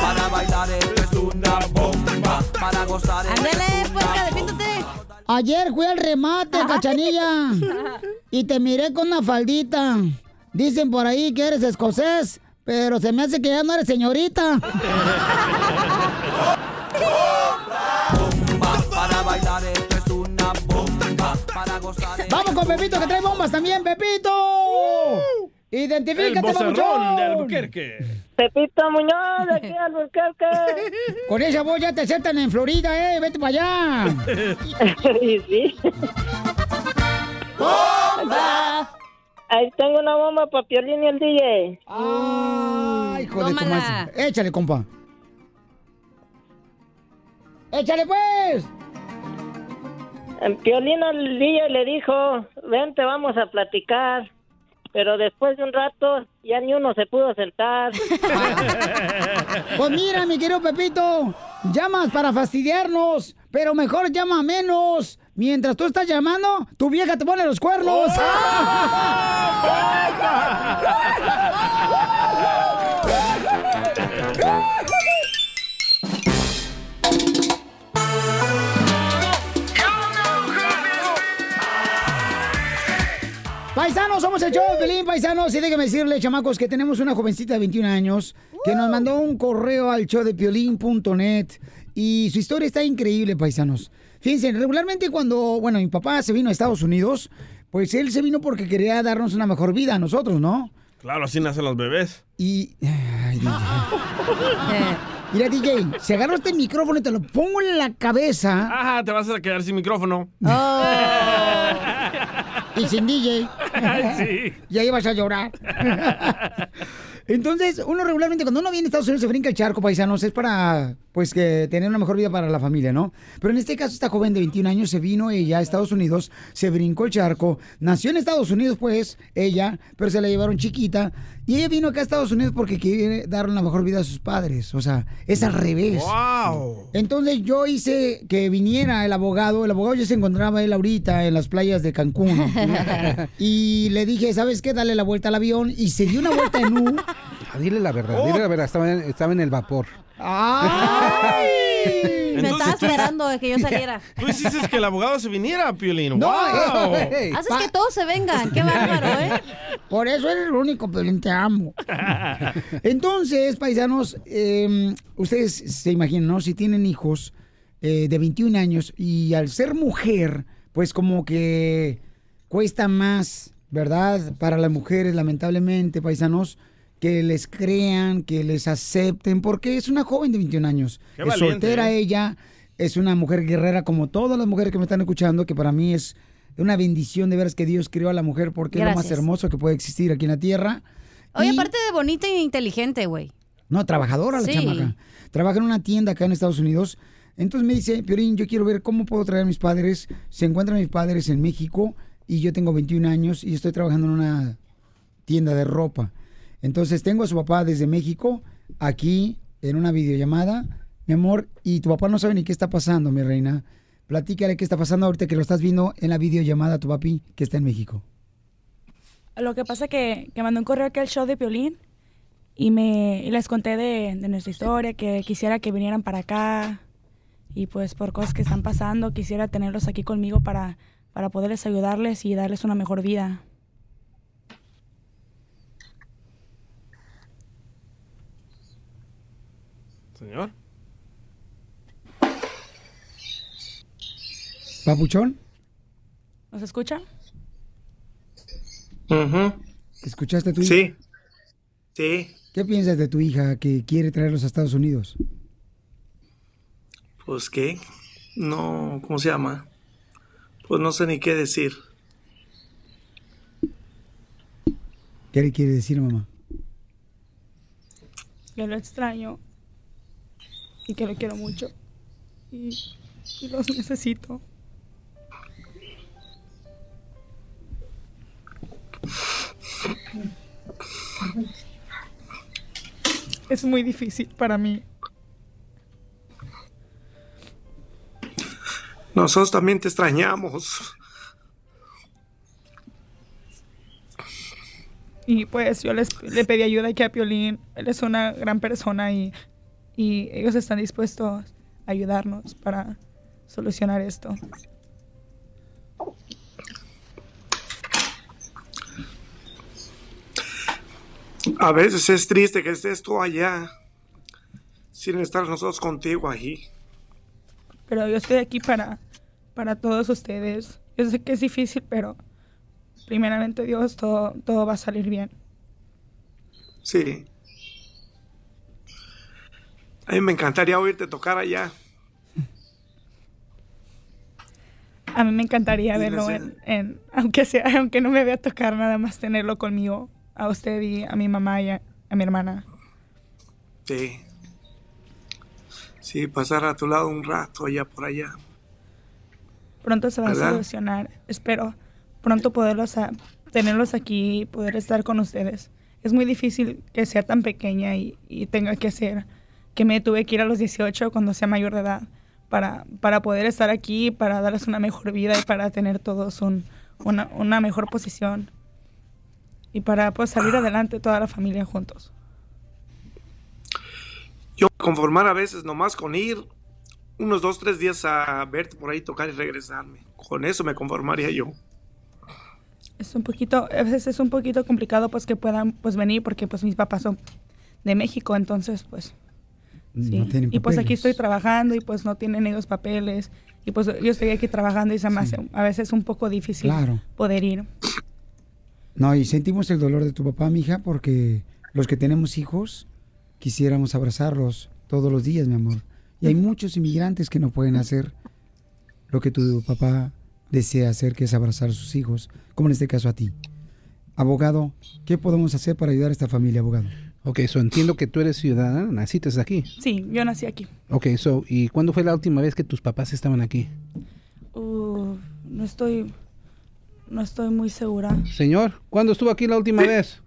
S8: Para bailar esto es una bomba. Para gozar esto
S3: Ándale, puerca, defiéndete.
S1: Ayer fui al remate, cachanilla. y te miré con una faldita. Dicen por ahí que eres escocés, pero se me hace que ya no eres señorita.
S8: bomba. Para bailar esto es una bomba. Para gozar esto
S1: Vamos con Pepito que trae bombas también, Pepito.
S2: el
S1: Identifícate,
S2: vocerrón de
S1: babuchón.
S2: Albuquerque.
S1: Pepito Muñoz, de aquí Albuquerque. (laughs) Con esa voz ya te aceptan en Florida, eh. Vete para (laughs) allá.
S12: sí.
S1: ¡Bomba!
S21: Ahí tengo una bomba para Piolín y el DJ.
S1: Ay, hijo de tu madre. Échale, compa. ¡Échale, pues!
S21: El Em, Piolín al DJ le dijo, vente, vamos a platicar. Pero después de un rato, ya ni uno se pudo
S1: (laughs)
S21: sentar.
S1: Pues mira, mi querido Pepito, llamas para fastidiarnos, pero mejor llama menos. Mientras tú estás llamando, tu vieja te pone los cuernos.
S12: Oh.
S1: (laughs) Paisanos, somos el show de Pelín, paisanos. Y déjenme decirle, chamacos, que tenemos una jovencita de 21 años que nos mandó un correo al show de piolín.net. Y su historia está increíble, paisanos. Fíjense, regularmente cuando, bueno, mi papá se vino a Estados Unidos, pues él se vino porque quería darnos una mejor vida a nosotros, ¿no?
S2: Claro, así nacen los bebés.
S1: Y. Ay, DJ. Mira, DJ, si agarro este micrófono y te lo pongo en la cabeza.
S2: Ajá, te vas a quedar sin micrófono.
S1: (laughs) y sin DJ.
S2: Sí.
S1: Y ahí vas a llorar. Entonces, uno regularmente cuando uno viene a Estados Unidos se brinca el charco, paisanos, es para pues que tener una mejor vida para la familia, ¿no? Pero en este caso esta joven de 21 años se vino ella a Estados Unidos, se brincó el charco, nació en Estados Unidos pues ella, pero se la llevaron chiquita y ella vino acá a Estados Unidos porque quiere dar una mejor vida a sus padres, o sea, es al revés.
S2: ¡Wow!
S1: Entonces yo hice que viniera el abogado, el abogado ya se encontraba él ahorita en las playas de Cancún. y le dije, ¿sabes qué? Dale la vuelta al avión y se dio una vuelta en U.
S22: Ah, Dile la verdad, dile
S2: Oh.
S22: la verdad. Estaba en, estaba en el vapor.
S1: (laughs) ¡Ay!
S3: Me estaba esperando de que yo saliera.
S2: Tú hiciste
S22: (laughs)
S2: que el abogado se viniera, Piolín.
S1: No,
S2: ¡Wow!
S1: eh,
S3: Haces
S1: pa-
S3: que todos se vengan. Qué bárbaro, ¿eh?
S1: Por eso eres el único, Pelín, te amo. (laughs) Entonces, paisanos, eh, ustedes se imaginan, ¿no? Si tienen hijos eh, de 21 años y al ser mujer, pues como que cuesta más, ¿verdad? Para las mujeres, lamentablemente, paisanos, que les crean, que les acepten, porque es una joven de 21 años.
S16: Qué
S1: es
S16: valiente,
S1: soltera
S16: ¿eh?
S1: ella, es una mujer guerrera como todas las mujeres que me están escuchando, que para mí es una bendición de veras que Dios creó a la mujer porque es lo más
S3: Gracias.
S1: hermoso que puede existir aquí en la tierra.
S3: Oye, aparte de bonita e inteligente, güey.
S1: No, trabajadora la
S3: Sí.
S1: chamaca. Trabaja en una tienda acá en Estados Unidos. Entonces me dice, Piorín, yo quiero ver cómo puedo traer a mis padres. Se encuentran mis padres en México y yo tengo 21 años y estoy trabajando en una tienda de ropa. Entonces tengo a su papá desde México aquí en una videollamada. Mi amor, y tu papá no sabe ni qué está pasando, mi reina. Platícale qué está pasando ahorita que lo estás viendo en la videollamada a tu papi que está en México.
S9: Lo que pasa que, que mandé un correo aquí al show de Piolín y me y les conté de, de nuestra historia, que quisiera que vinieran para acá y pues por cosas que están pasando, quisiera tenerlos aquí conmigo para, para poderles ayudarles y darles una mejor vida.
S2: Señor.
S1: ¿Papuchón?
S9: ¿Nos escucha?
S1: ¿Escuchaste a tu
S23: Sí.
S1: hija?
S23: Sí,
S1: ¿Qué piensas de tu hija que quiere traerlos a Estados Unidos?
S23: pues qué. No, ¿cómo se llama? Pues no sé ni qué decir.
S1: ¿Qué le quiere decir, mamá?
S9: Yo lo extraño y que lo quiero mucho y, y los necesito. Es muy difícil para mí.
S23: Nosotros también te extrañamos.
S9: Y pues yo les, le pedí ayuda aquí a Piolín. Él es una gran persona y, y ellos están dispuestos a ayudarnos para solucionar esto.
S23: A veces es triste que estés tú allá sin estar nosotros contigo allí.
S9: Pero yo estoy aquí para, para todos ustedes. Yo sé que es difícil, pero primeramente Dios, todo, todo va a salir bien.
S23: Sí. A mí me encantaría oírte tocar allá.
S24: A mí me encantaría verlo, en, en- aunque sea, (laughs) aunque no me vea tocar, nada más tenerlo conmigo, a usted y a mi mamá y a, a mi hermana.
S23: Sí. Sí, pasar a tu lado un rato allá por allá.
S24: Pronto se va
S23: ¿Verdad?
S24: a solucionar, espero. Pronto poderlos a- tenerlos aquí, y poder estar con ustedes. Es muy difícil que sea tan pequeña y, y tenga que ser, que me tuve que ir a los 18 cuando sea mayor de edad, para, para poder estar aquí, para darles una mejor vida y para tener todos un- una, una mejor posición. Y para pues, salir adelante toda la familia juntos.
S23: Yo me conformar a veces nomás con ir unos dos, tres días a verte por ahí tocar y regresarme. Con eso me conformaría yo.
S24: es un poquito, a veces es un poquito complicado pues que puedan pues venir porque pues mis papás son de México, entonces pues sí.
S1: No tienen
S24: y pues aquí
S1: papeles.
S24: estoy trabajando y pues no tienen ellos papeles y pues yo estoy aquí trabajando y se me hace a veces un poco difícil
S1: Claro.
S24: poder ir.
S1: No, y sentimos el dolor de tu papá, mija, porque los que tenemos hijos quisiéramos abrazarlos todos los días, mi amor. Y hay muchos inmigrantes que no pueden hacer lo que tu papá desea hacer, que es abrazar a sus hijos, como en este caso a ti. Abogado, ¿qué podemos hacer para ayudar a esta familia, abogado?
S22: Ok, so entiendo que tú eres ciudadana, naciste aquí.
S24: Sí, yo nací aquí.
S22: Ok, so, ¿y cuándo fue la última vez que tus papás estaban aquí?
S24: Uh, no estoy no estoy muy segura.
S22: Señor, ¿cuándo estuvo aquí la última vez?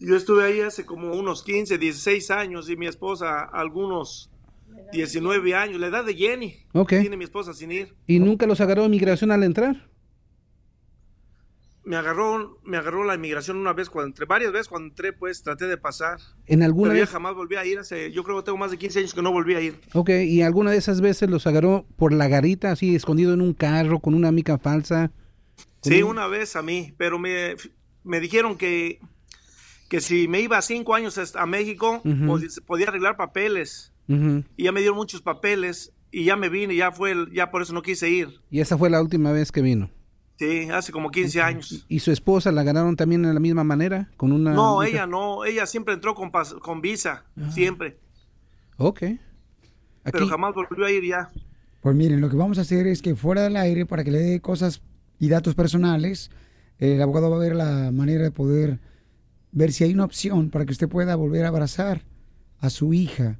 S23: Yo estuve ahí hace como unos 15, 16 años y mi esposa algunos 19 años, la edad de Jenny.
S22: Ok.
S23: Tiene mi esposa sin ir.
S22: ¿Y nunca los agarró inmigración al entrar?
S23: Me agarró, me agarró la inmigración una vez cuando entré, varias veces cuando entré, pues traté de pasar.
S22: ¿En alguna
S23: Pero ya
S22: vez?
S23: jamás volví a ir. Hace, yo creo que tengo más de 15 años que no volví a ir.
S22: Ok, ¿y alguna de esas veces los agarró por la garita, así escondido en un carro, con una mica falsa?
S23: Sí, una vez a mí, pero me, me dijeron que, que si me iba cinco años hasta- a México,
S22: Ujú.
S23: pod- podía arreglar papeles.
S22: Ujú.
S23: Y ya me dieron muchos papeles y ya me vine, ya fue, el- ya por eso no quise ir.
S22: Y esa fue la última vez que vino.
S23: Sí, hace como 15 años.
S22: ¿Y su esposa la agarraron también de la misma manera? ¿Con una Ah.
S23: No,
S22: mica?
S23: ella no, ella siempre entró con, pas- con visa, siempre.
S22: Ok.
S23: Pero jamás volvió a ir ya.
S1: Pues miren, lo que vamos a hacer es que fuera del aire, para que le dé cosas y datos personales, el abogado va a ver la manera de poder ver si hay una opción para que usted pueda volver a abrazar a su hija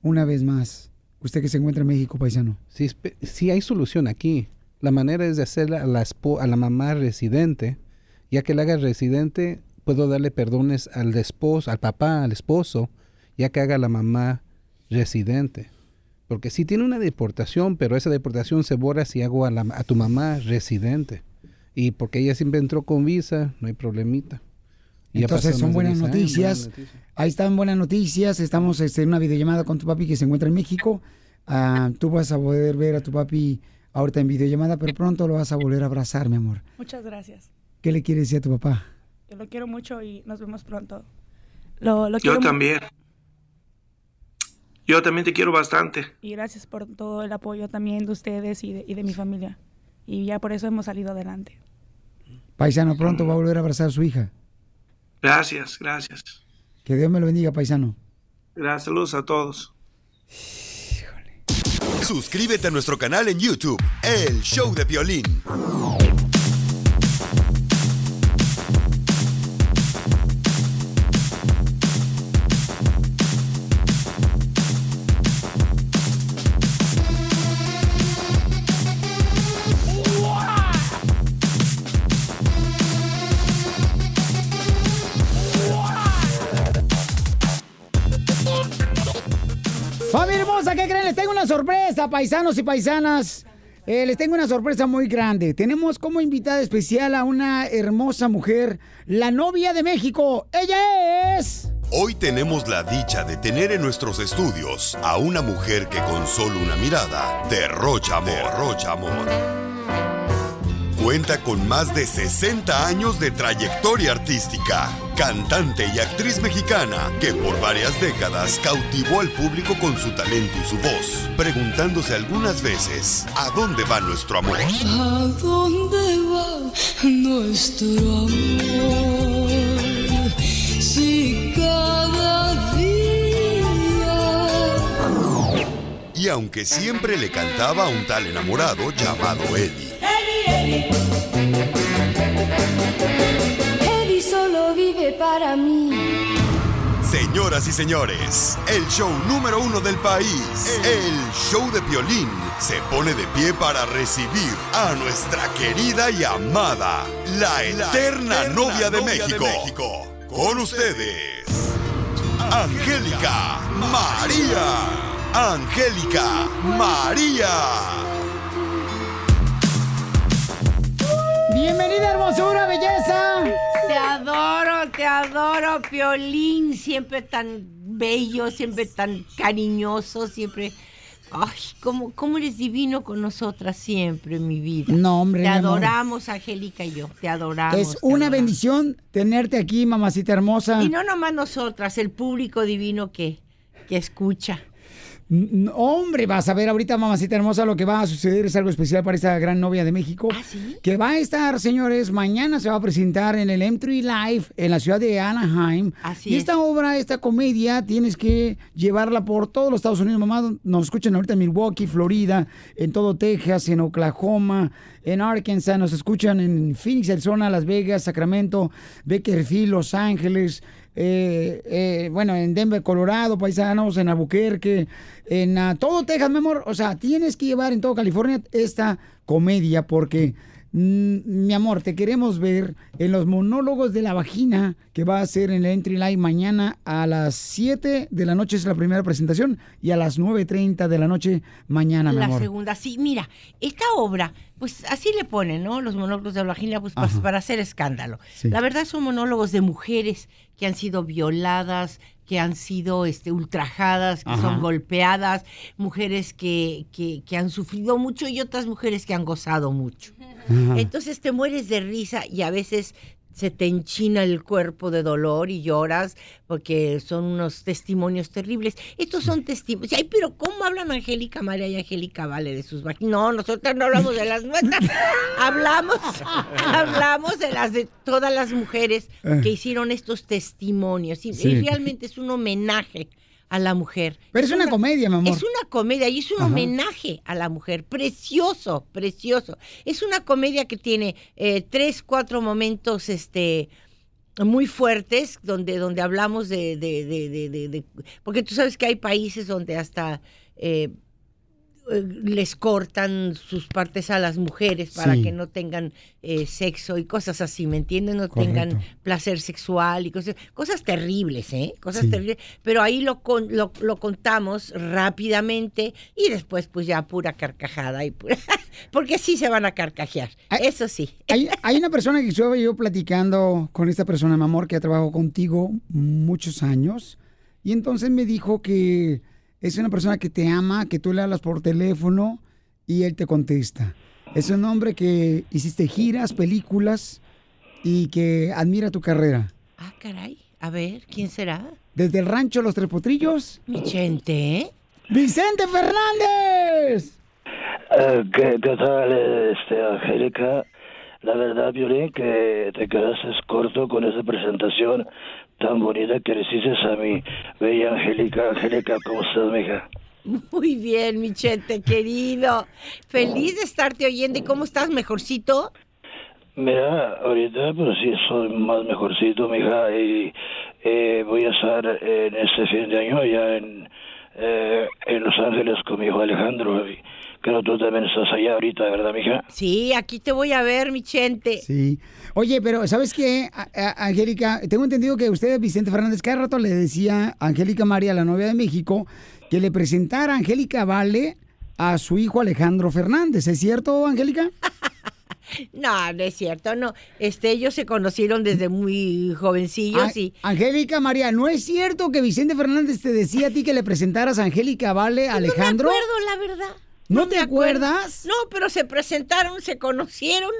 S1: una vez más. Usted que se encuentra en México, paisano.
S22: Sí, espe- sí hay solución aquí. La manera es de hacer a la, espo- a la mamá residente, ya que la haga residente, puedo darle perdones al esposo, al papá, al esposo, ya que haga la mamá residente. Porque si tiene una deportación, pero esa deportación se borra si hago a, la- a tu mamá residente. Y porque ella siempre entró con visa, no hay problemita. Y ya
S1: Entonces
S22: pasó
S1: son
S22: más de
S1: buenas
S22: 10 años,
S1: noticias.
S22: buenas noticias.
S1: Ahí están buenas noticias. Estamos este, en una videollamada con tu papi que se encuentra en México. Ah, tú vas a poder ver a tu papi ahorita en videollamada, pero pronto lo vas a volver a abrazar, mi amor.
S24: Muchas gracias.
S1: ¿Qué le quieres decir a tu papá?
S24: Yo lo quiero mucho y nos vemos pronto. Lo, lo quiero
S23: Yo
S24: mu-
S23: también. Yo también te quiero bastante.
S24: Y gracias por todo el apoyo también de ustedes y de, y de mi familia. Y ya por eso hemos salido adelante.
S1: Paisano pronto va a volver a abrazar a su hija.
S23: Gracias, gracias.
S1: Que Dios me lo bendiga, paisano.
S23: Gracias, saludos a todos.
S7: Suscríbete a nuestro canal en YouTube, El Show de Violín.
S1: Familia hermosa, ¿qué creen? Les tengo una sorpresa, paisanos y paisanas. Eh, les tengo una sorpresa muy grande. Tenemos como invitada especial a una hermosa mujer, la novia de México. Ella es...
S7: Hoy tenemos la dicha de tener en nuestros estudios a una mujer que con solo una mirada derrocha amor. Derrocha amor. Cuenta con más de 60 años de trayectoria artística, cantante y actriz mexicana que por varias décadas cautivó al público con su talento y su voz, preguntándose algunas veces, ¿a dónde va nuestro amor?
S8: ¿A dónde va nuestro amor? Si cada día
S7: Y Y aunque siempre le cantaba a un tal enamorado llamado Eddie,
S19: Eddie, Eddie. Eddie solo vive para mí.
S7: señoras y señores, el show número uno del país, el show de violín, se pone de pie para recibir a nuestra querida y amada, la eterna, novia, de, México. Con ustedes, Angélica María. Angélica María.
S1: Bienvenida, hermosura, belleza.
S16: Te adoro, te adoro, Piolín, siempre tan bello, siempre tan cariñoso, siempre... Ay, cómo, cómo eres divino con nosotras siempre, mi vida.
S1: No, hombre,
S16: Te
S1: mi amor.
S16: adoramos, Angélica y yo, te adoramos.
S1: Es una bendición tenerte aquí, mamacita hermosa.
S16: Y no nomás nosotras, el público divino que, que escucha.
S1: Mm, Hombre, vas a ver ahorita, mamacita hermosa, lo que va a suceder es algo especial para esta gran novia de México.
S16: ¿Ah,
S1: Que va a estar, señores, mañana se va a presentar en el M3 Live en la ciudad de Anaheim.
S16: Así
S1: y
S16: es.
S1: esta obra, esta comedia, tienes que llevarla por todos los Estados Unidos, mamá. Nos escuchan ahorita en Milwaukee, Florida, en todo Texas, en Oklahoma, en Arkansas. Nos escuchan en Phoenix, Arizona, Las Vegas, Sacramento, Beckerfield, Los Ángeles. eh, eh, bueno, en Denver, Colorado, paisanos, en Albuquerque, en ah, todo Texas, mi amor. O sea, tienes que llevar en todo California esta comedia porque, mm, mi amor, te queremos ver en los monólogos de la vagina que va a ser en el Entry Live mañana a las 7 de la noche es la primera presentación y a las 9.30 de la noche mañana, mi
S16: la
S1: amor.
S16: segunda, sí, mira, esta obra, pues así le ponen, ¿no? Los monólogos de la vagina, pues pa-
S1: Ajá.
S16: para hacer escándalo.
S1: Sí.
S16: La verdad son monólogos de mujeres que han sido violadas, que han sido este, ultrajadas, que
S25: Ajá.
S16: son golpeadas, mujeres que, que, que han sufrido mucho y otras mujeres que han gozado mucho.
S25: Ajá.
S16: Entonces te mueres de risa y a veces se te enchina el cuerpo de dolor y lloras porque son unos testimonios terribles. Estos son testimonios. Ay, pero ¿cómo hablan Angélica María y Angélica Vale de sus vaginas? No, nosotras no hablamos de
S1: (laughs)
S16: las nuestras. hablamos, hablamos de las de todas las mujeres que hicieron estos testimonios. Y, y
S1: Eh. Sí.
S16: realmente es un homenaje a la mujer.
S1: Pero es una comedia, mi amor.
S16: Es una comedia y es un
S1: Ajá.
S16: homenaje a la mujer. Precioso, precioso. Es una comedia que tiene eh, tres, cuatro momentos este, muy fuertes donde, donde hablamos de, de- de- de- de- de- Porque tú sabes que hay países donde hasta... eh, eh, les cortan sus partes a las mujeres para
S25: Sí.
S16: que no tengan eh, sexo y cosas así, ¿me entiendes? No
S25: Correcto.
S16: tengan placer sexual y cosas, cosas terribles, ¿eh? Cosas
S25: Sí.
S16: terribles. Pero ahí lo, con- lo, lo contamos rápidamente y después pues ya pura carcajada y pura- (laughs) porque sí se van a carcajear, eso sí.
S1: Hay, hay una persona que estuve yo platicando con esta persona, mi amor, que ha trabajado contigo muchos años. Y entonces me dijo que es una persona que te ama, que tú le hablas por teléfono y él te contesta. Es un hombre que hiciste giras, películas y que admira tu carrera.
S16: Ah, caray, a ver, ¿quién será?
S1: Desde el rancho Los Tres Potrillos.
S16: Vicente.
S1: Vicente Fernández.
S26: Eh, ¿qué, qué tal, eh, este, Angélica? La verdad, Violín, que te quedaste corto con esa presentación tan bonita que le hiciste a mi bella Angélica. Angélica, ¿cómo estás, mija?
S16: Muy bien, Michente, querido. Feliz de estarte oyendo. ¿Y cómo estás, mejorcito?
S26: Mira, ahorita pues sí soy más mejorcito, mija, y eh, voy a estar en este fin de año allá en, eh, en Los Ángeles con mi hijo Alejandro. Y Creo que tú también estás allá ahorita, ¿verdad, mija?
S16: Sí, aquí te voy a ver, Michente.
S1: Sí. Oye, pero ¿sabes qué, A- a- Angélica? Tengo entendido que usted, Vicente Fernández, cada rato le decía a Angélica María, la novia de México, que le presentara a Angélica Vale a su hijo Alejandro Fernández. ¿Es cierto, Angélica?
S16: No, no es cierto, no. Este, ellos se conocieron desde muy jovencillos
S1: A-
S16: y
S1: Ah, Angélica María, ¿no es cierto que Vicente Fernández te decía a ti que le presentaras a Angélica Vale a Alejandro?
S16: No me acuerdo, la verdad.
S1: ¿No te
S16: me acuerdo.
S1: acuerdas?
S16: No, pero se presentaron, se conocieron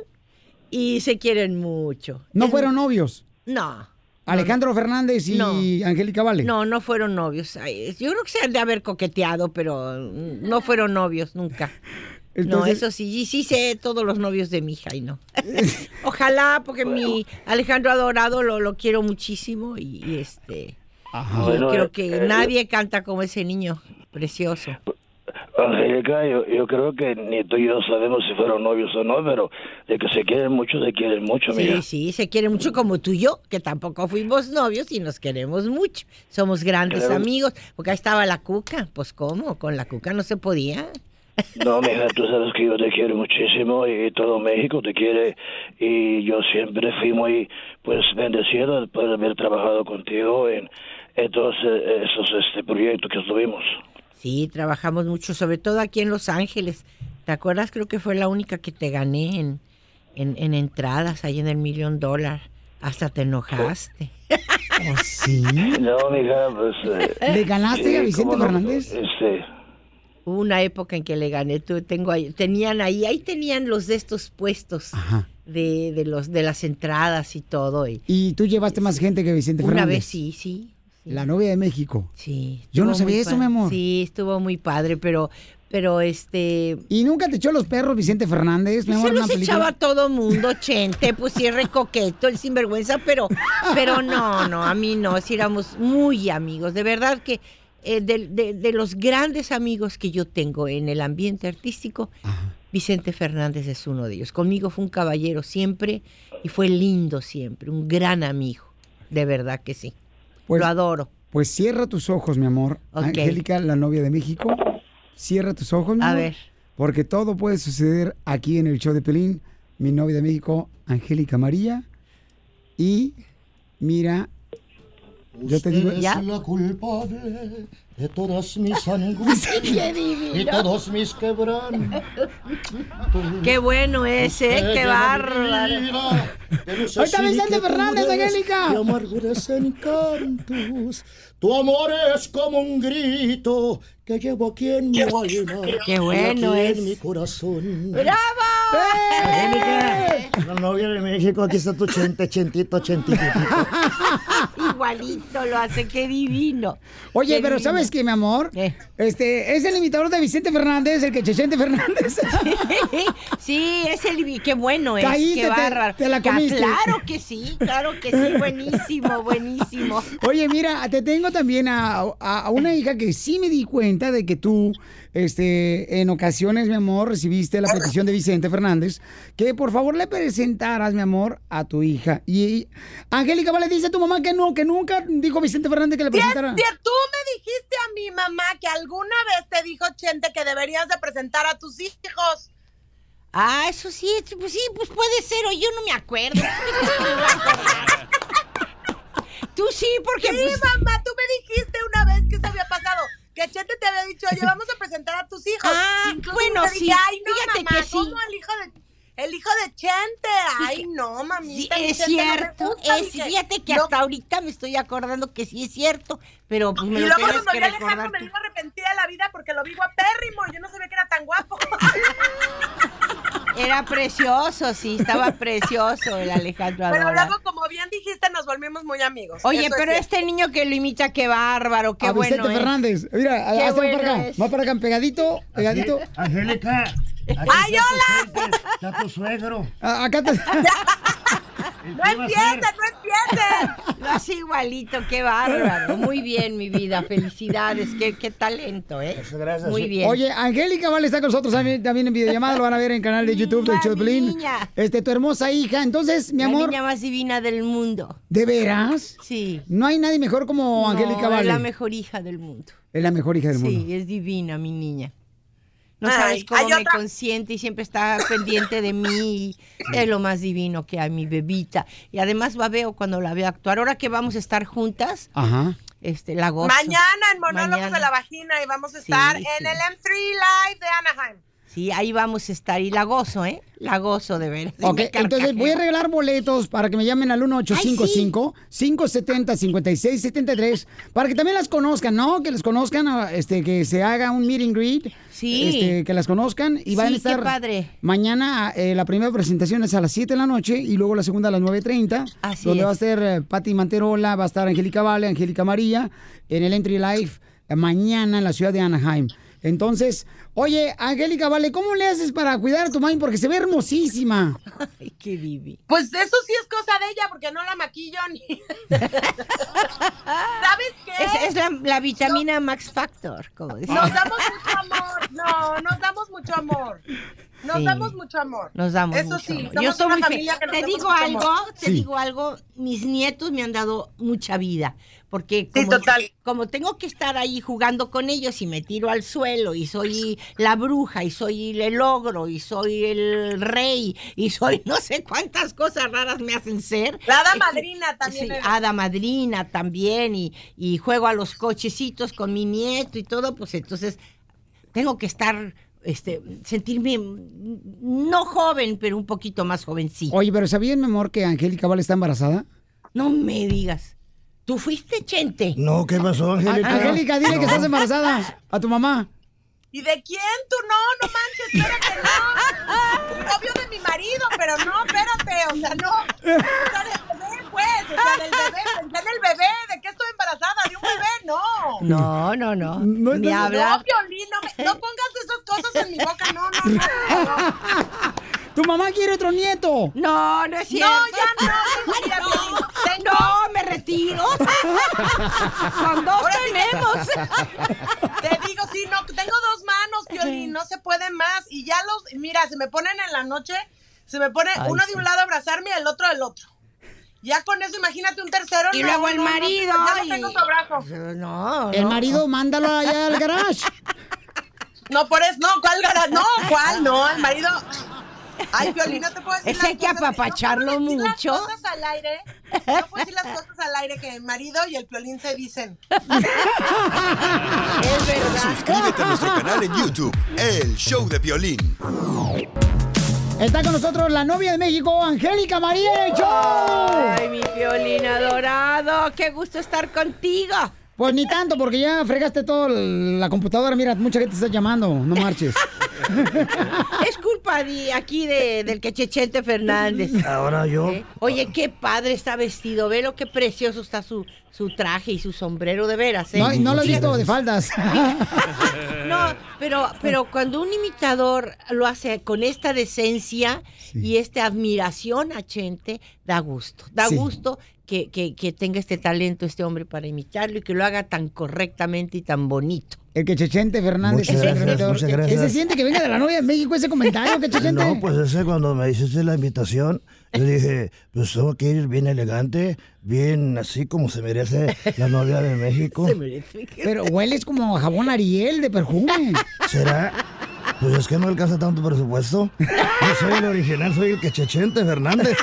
S16: y se quieren mucho.
S1: ¿No
S16: Es-
S1: fueron novios?
S16: No.
S1: Alejandro Fernández y
S16: No.
S1: Angélica Vale.
S16: No, no fueron novios. Ay, Yo creo que se han de haber coqueteado, pero mm, no fueron novios nunca. no,
S1: Entonces-
S16: eso sí, y sí sé todos los novios de mi hija y no. Ojalá, porque mi Alejandro Adorado lo, lo quiero muchísimo y, y este. y
S26: Bueno,
S16: creo que
S26: eh,
S16: nadie canta como ese niño precioso.
S26: Ah, Angélica, yo, yo creo que ni tú y yo sabemos si fueron novios o no, pero de que se quieren mucho, se quieren mucho, mira.
S16: Sí, sí, se quiere mucho como tú y yo, que tampoco fuimos novios y nos queremos mucho. Somos grandes
S26: Claro.
S16: amigos. Porque ahí estaba la cuca. Pues cómo, con la cuca no se podía.
S26: No, mija, tú sabes que yo te quiero muchísimo y todo México te quiere y yo siempre fui muy, pues, bendecido después de haber trabajado contigo en, en todos eh, esos este, proyectos que estuvimos.
S16: Sí, trabajamos mucho, sobre todo aquí en Los Ángeles. ¿Te acuerdas? Creo que fue la única que te gané en, en, en entradas, ahí en el Million Dollar. Hasta te (laughs) enojaste.
S1: sí?
S26: No, mija, pues... eh,
S16: ¿Le ganaste a Vicente
S26: cómo no,
S16: Fernández?
S26: Este,
S16: Hubo una época en que le gané. Tú tengo ahí, tenían ahí, ahí tenían los de estos puestos de, de los de las entradas y todo. Y
S1: ¿Y tú llevaste más gente que Vicente
S16: una
S1: Fernández?
S16: vez sí, sí.
S1: La novia de México.
S16: Sí.
S1: Yo no
S16: estuvo
S1: sabía
S16: muy
S1: eso,
S16: padre.
S1: mi amor.
S16: Sí, estuvo muy padre, pero, pero este.
S1: ¿Y nunca te echó los perros Vicente Fernández, mi
S16: Se
S1: amor? en
S16: los
S1: una película?
S16: echaba a todo mundo,
S1: (laughs)
S16: chente, pues sí, recoqueto, el sinvergüenza, pero, pero no, no, a mí no, sí éramos muy amigos. De verdad que eh, de, de- de los grandes amigos que yo tengo en el ambiente artístico, Vicente Fernández es uno de ellos. Conmigo fue un caballero siempre y fue lindo siempre, un gran amigo, de verdad que sí.
S1: Pues-
S16: Lo adoro.
S1: Pues cierra tus ojos, mi amor.
S16: Ok.
S1: Angélica, la novia de México. Cierra tus ojos, mi
S16: A
S1: amor.
S16: ver.
S1: Porque todo puede suceder aquí en el show de Pelín. Mi novia de México, Angélica María. Y mira, yo te digo.
S6: Eres la culpable de todas
S1: (laughs)
S6: mis angustias
S16: Qué divino.
S6: y todos mis quebrantos.
S16: Qué bueno es, ¿eh? Qué bárbaro.
S6: Ahí está Vicente Fernández, Angélica. De amarguras encantos. Tu amor es como un grito que llevo aquí en mi alma.
S16: Qué bueno
S6: y aquí
S16: es.
S6: en mi corazón.
S16: ¡Bravo!
S6: Angélica, La novia de México, aquí está tu chente, chentito, chentito.
S16: (laughs) Igualito lo hace, qué divino.
S1: Oye,
S16: Qué
S1: pero
S16: divino.
S1: ¿sabes qué, mi amor? Este, es el imitador de Vicente Fernández, el que Chechente
S16: (laughs)
S1: Fernández.
S16: Sí, es el vi- qué bueno es,
S1: Caíste, te-
S16: qué bárbaro.
S1: te la
S16: Ca-
S1: comiste.
S16: Claro que sí, claro que
S11: (laughs)
S16: sí, buenísimo, buenísimo.
S1: Oye, mira, te tengo también a, a- a una hija que sí me di cuenta de que tú, este, en ocasiones, mi amor, recibiste la petición de Vicente Fernández que por favor le presentaras, mi amor, a tu hija. Y, y- Angélica, ¿vale? Dice a tu mamá que no, que nunca dijo Vicente Fernández que le presentara.
S11: Bestia, tú me dijiste a mi mamá que alguna vez te dijo Chente que deberías de presentar a tus
S16: (laughs)
S11: hijos.
S16: Ah, eso sí, pues sí, pues puede ser, o yo no me acuerdo. Tú sí, porque.
S11: Sí,
S16: pues-
S11: mamá, tú me dijiste una vez que se había pasado. Que Chente te había dicho, oye, vamos a presentar a tus hijos.
S16: Ah,
S11: Y
S16: bueno,
S11: te dije,
S16: sí,
S11: Ay, no,
S16: fíjate
S11: mamá,
S16: que sí.
S11: ¿cómo el hijo de, el hijo de Chente? Ay, no,
S16: Sí,
S11: mamita. mi
S16: es
S11: Chente no me
S16: cierto,
S11: gusta.
S16: es,
S11: Dije,
S16: fíjate que
S11: no.
S16: hasta ahorita me estoy acordando que sí es cierto, pero pues me
S11: Y
S16: lo
S11: luego
S16: tienes
S11: cuando
S16: que
S11: vi a Alejandro
S16: recordar.
S11: me
S16: tú.
S11: dijo arrepentida de la vida porque lo vi guapérrimo. Yo no sabía que era tan guapo.
S16: Era precioso, sí, estaba precioso el Alejandro
S11: Pero
S16: Adora.
S11: luego, como bien dijiste, nos volvimos muy amigos.
S16: Oye,
S11: Eso es Ah,
S16: pero
S11: cierto.
S16: este niño que lo imita, qué bárbaro, qué
S1: a
S16: bueno.
S1: Vicente
S16: es.
S1: Fernández. Mira,
S16: Qué
S1: hazte
S16: bueno
S1: para acá.
S16: es.
S1: Más para acá, pegadito, pegadito.
S6: Angélica.
S11: ¡Ay,
S6: hola! Está tu suegro.
S1: A- Ah, acá te.
S16: No empiecen, no empiecen. Lo hace igualito, qué bárbaro. Muy bien, mi vida. Felicidades, qué, qué talento, ¿eh? gracias. (laughs) Muy bien.
S1: Oye, Angélica Vale está con nosotros también, también en videollamada, lo van a ver en el canal de YouTube de Choplin.
S16: niña.
S1: Este, tu hermosa hija. Entonces, mi amor.
S16: La niña más divina del mundo.
S1: ¿De veras?
S16: Sí.
S1: No hay nadie mejor como
S16: No,
S1: Angélica Vale.
S16: Es la mejor hija del mundo.
S1: Es la mejor hija del mundo.
S16: Sí, es divina, mi niña. No
S11: Ay,
S16: sabes cómo
S11: hay
S16: me
S11: otra-
S16: consiente y siempre está pendiente de mí. Es lo más divino que hay, mi bebita. Y además la veo cuando la veo actuar. Ahora que vamos a estar juntas,
S1: Ajá.
S16: este, la gozo.
S11: Mañana en Monólogos
S16: Mañana.
S11: de la Vagina y vamos a estar
S16: Sí,
S11: en
S16: sí.
S11: el M3 Live de Anaheim.
S16: Sí, ahí vamos a estar. Y la gozo, ¿eh? La gozo de ver.
S1: Ok, entonces voy a regalar boletos para que me llamen al 1855-570-5673 para que también las conozcan, ¿no? Que las conozcan, ah, este, que se haga un meet and greet.
S16: Sí.
S1: Este, que las conozcan y van
S16: Sí,
S1: a
S16: qué
S1: estar.
S16: padre.
S1: Mañana eh, la primera presentación es a las 7 de la noche y luego la segunda a las 9.30.
S16: Así
S1: Donde
S16: es.
S1: va a estar eh, Pati Manterola, va a estar Angélica Vale, Angélica María en el Entry Life eh, mañana en la ciudad de Anaheim. Entonces, oye, Angélica Vale, ¿cómo le haces para cuidar a tu mami? Porque se ve hermosísima.
S16: Ay, qué divi.
S11: Pues eso (laughs) sí es cosa de ella porque no la maquillo ni. ¿Sabes qué?
S16: Es- es es la, la vitamina Max Factor, como dicen.
S11: Nos damos mucho amor. No, nos damos mucho amor. Nos
S16: Sí.
S11: damos mucho amor.
S16: Nos damos
S11: Eso
S16: mucho
S11: sí,
S16: amor.
S11: somos
S16: Yo estoy
S11: una
S16: muy fe-
S11: familia que nos
S16: Te
S11: damos
S16: digo
S11: mucho
S16: algo,
S11: amor.
S16: te digo algo. Mis nietos me han dado mucha vida. Porque como, como tengo que estar ahí jugando con ellos y me tiro al suelo y soy la bruja y soy el ogro y soy el rey y soy no sé cuántas cosas raras me hacen ser.
S11: La hada
S16: (laughs) Eh,
S11: madrina también
S16: sí,
S11: eres.
S16: hada madrina también y, y juego a los cochecitos con mi nieto y todo, pues entonces tengo que estar, este, sentirme mm, no joven, pero un poquito más jovencito.
S1: Oye, pero ¿sabían, mi amor, que Angélica Vale está embarazada?
S16: No me digas. ¿Tú fuiste chente? Ah,
S1: No, ¿qué pasó,
S16: Angélica?
S1: Angélica, dile que
S16: No.
S1: estás embarazada a tu mamá.
S11: ¿Y de quién tú? No, no manches, espérate, no.
S16: (laughs)
S11: Novio de mi marido, pero no, espérate, o sea, no. O sea, del bebé, pues, o sea, del bebé, pensé en el bebé, ¿de qué estoy embarazada? ¿De un bebé? No.
S16: No, no, no. Ni hablar.
S11: No, Piolín, no, me- no pongas esas cosas en mi boca, no, no, no. no.
S1: ¡Tu mamá quiere otro nieto!
S16: No, (laughs) no es cierto.
S11: No, ya no. Mira, Piolín, tengo-
S16: No, me retiro.
S11: (laughs)
S16: Con dos
S11: Ahora sí que-
S16: tenemos.
S11: Te digo, sí, no, tengo dos manos, Piolín, no se puede más. Y ya los, mira, se me ponen en la noche, se me pone
S16: Ay,
S11: uno
S16: sí.
S11: de un lado a abrazarme y el otro del otro. Ya con eso, imagínate un tercero.
S16: Y
S11: no,
S16: luego el
S11: no, no,
S16: marido,
S11: ya
S16: y-
S11: no tengo su abrazo.
S16: No,
S1: El
S16: no.
S1: marido, mándalo allá al garage.
S11: No, por eso, no, ¿cuál ganas? No, ¿cuál? No, el marido. Ay, Piolín, no te puedo decir.
S16: Es que hay que apapacharlo mucho.
S11: Las cosas al aire. No puedo decir las cosas al aire que el marido y el Piolín se dicen.
S16: Es
S7: Suscríbete a nuestro canal en YouTube, El Show de Violín.
S1: Está con nosotros la novia de México, Angélica María del Show.
S16: Ay, mi violín adorado. Qué gusto estar contigo.
S1: Pues ni tanto, porque ya fregaste toda la computadora. Mira, mucha gente está llamando, no marches.
S16: Es culpa de aquí de, del quechechente Fernández.
S1: (laughs) Ahora yo.
S16: ¿Eh? Oye, qué padre está vestido. Ve lo que precioso está su, su traje y su sombrero, de veras. ¿eh?
S1: No, y no lo he
S16: Fíjate.
S1: visto de faldas.
S16: (laughs) No, pero, pero cuando un imitador lo hace con esta decencia y esta admiración a Chente, da gusto. Da
S1: Sí.
S16: gusto que, que- que tenga este talento este hombre para imitarlo y que lo haga tan correctamente y tan bonito.
S1: El que Chechente Fernández
S16: Muchas
S1: es el
S16: gracias,
S1: imitador.
S6: muchas
S1: ¿Qué- ¿Qué se
S6: gracias.
S1: siente que venga de la novia de México ese comentario, que Chechente?
S6: (laughs) No, pues ese cuando me hiciste la invitación, yo dije, pues tengo que ir bien elegante, bien así como se merece la novia de México.
S1: Pero hueles como a jabón Ariel de perfume.
S6: ¿Será? Pues es que no alcanza tanto presupuesto. Yo soy el original, soy el quechechente Fernández.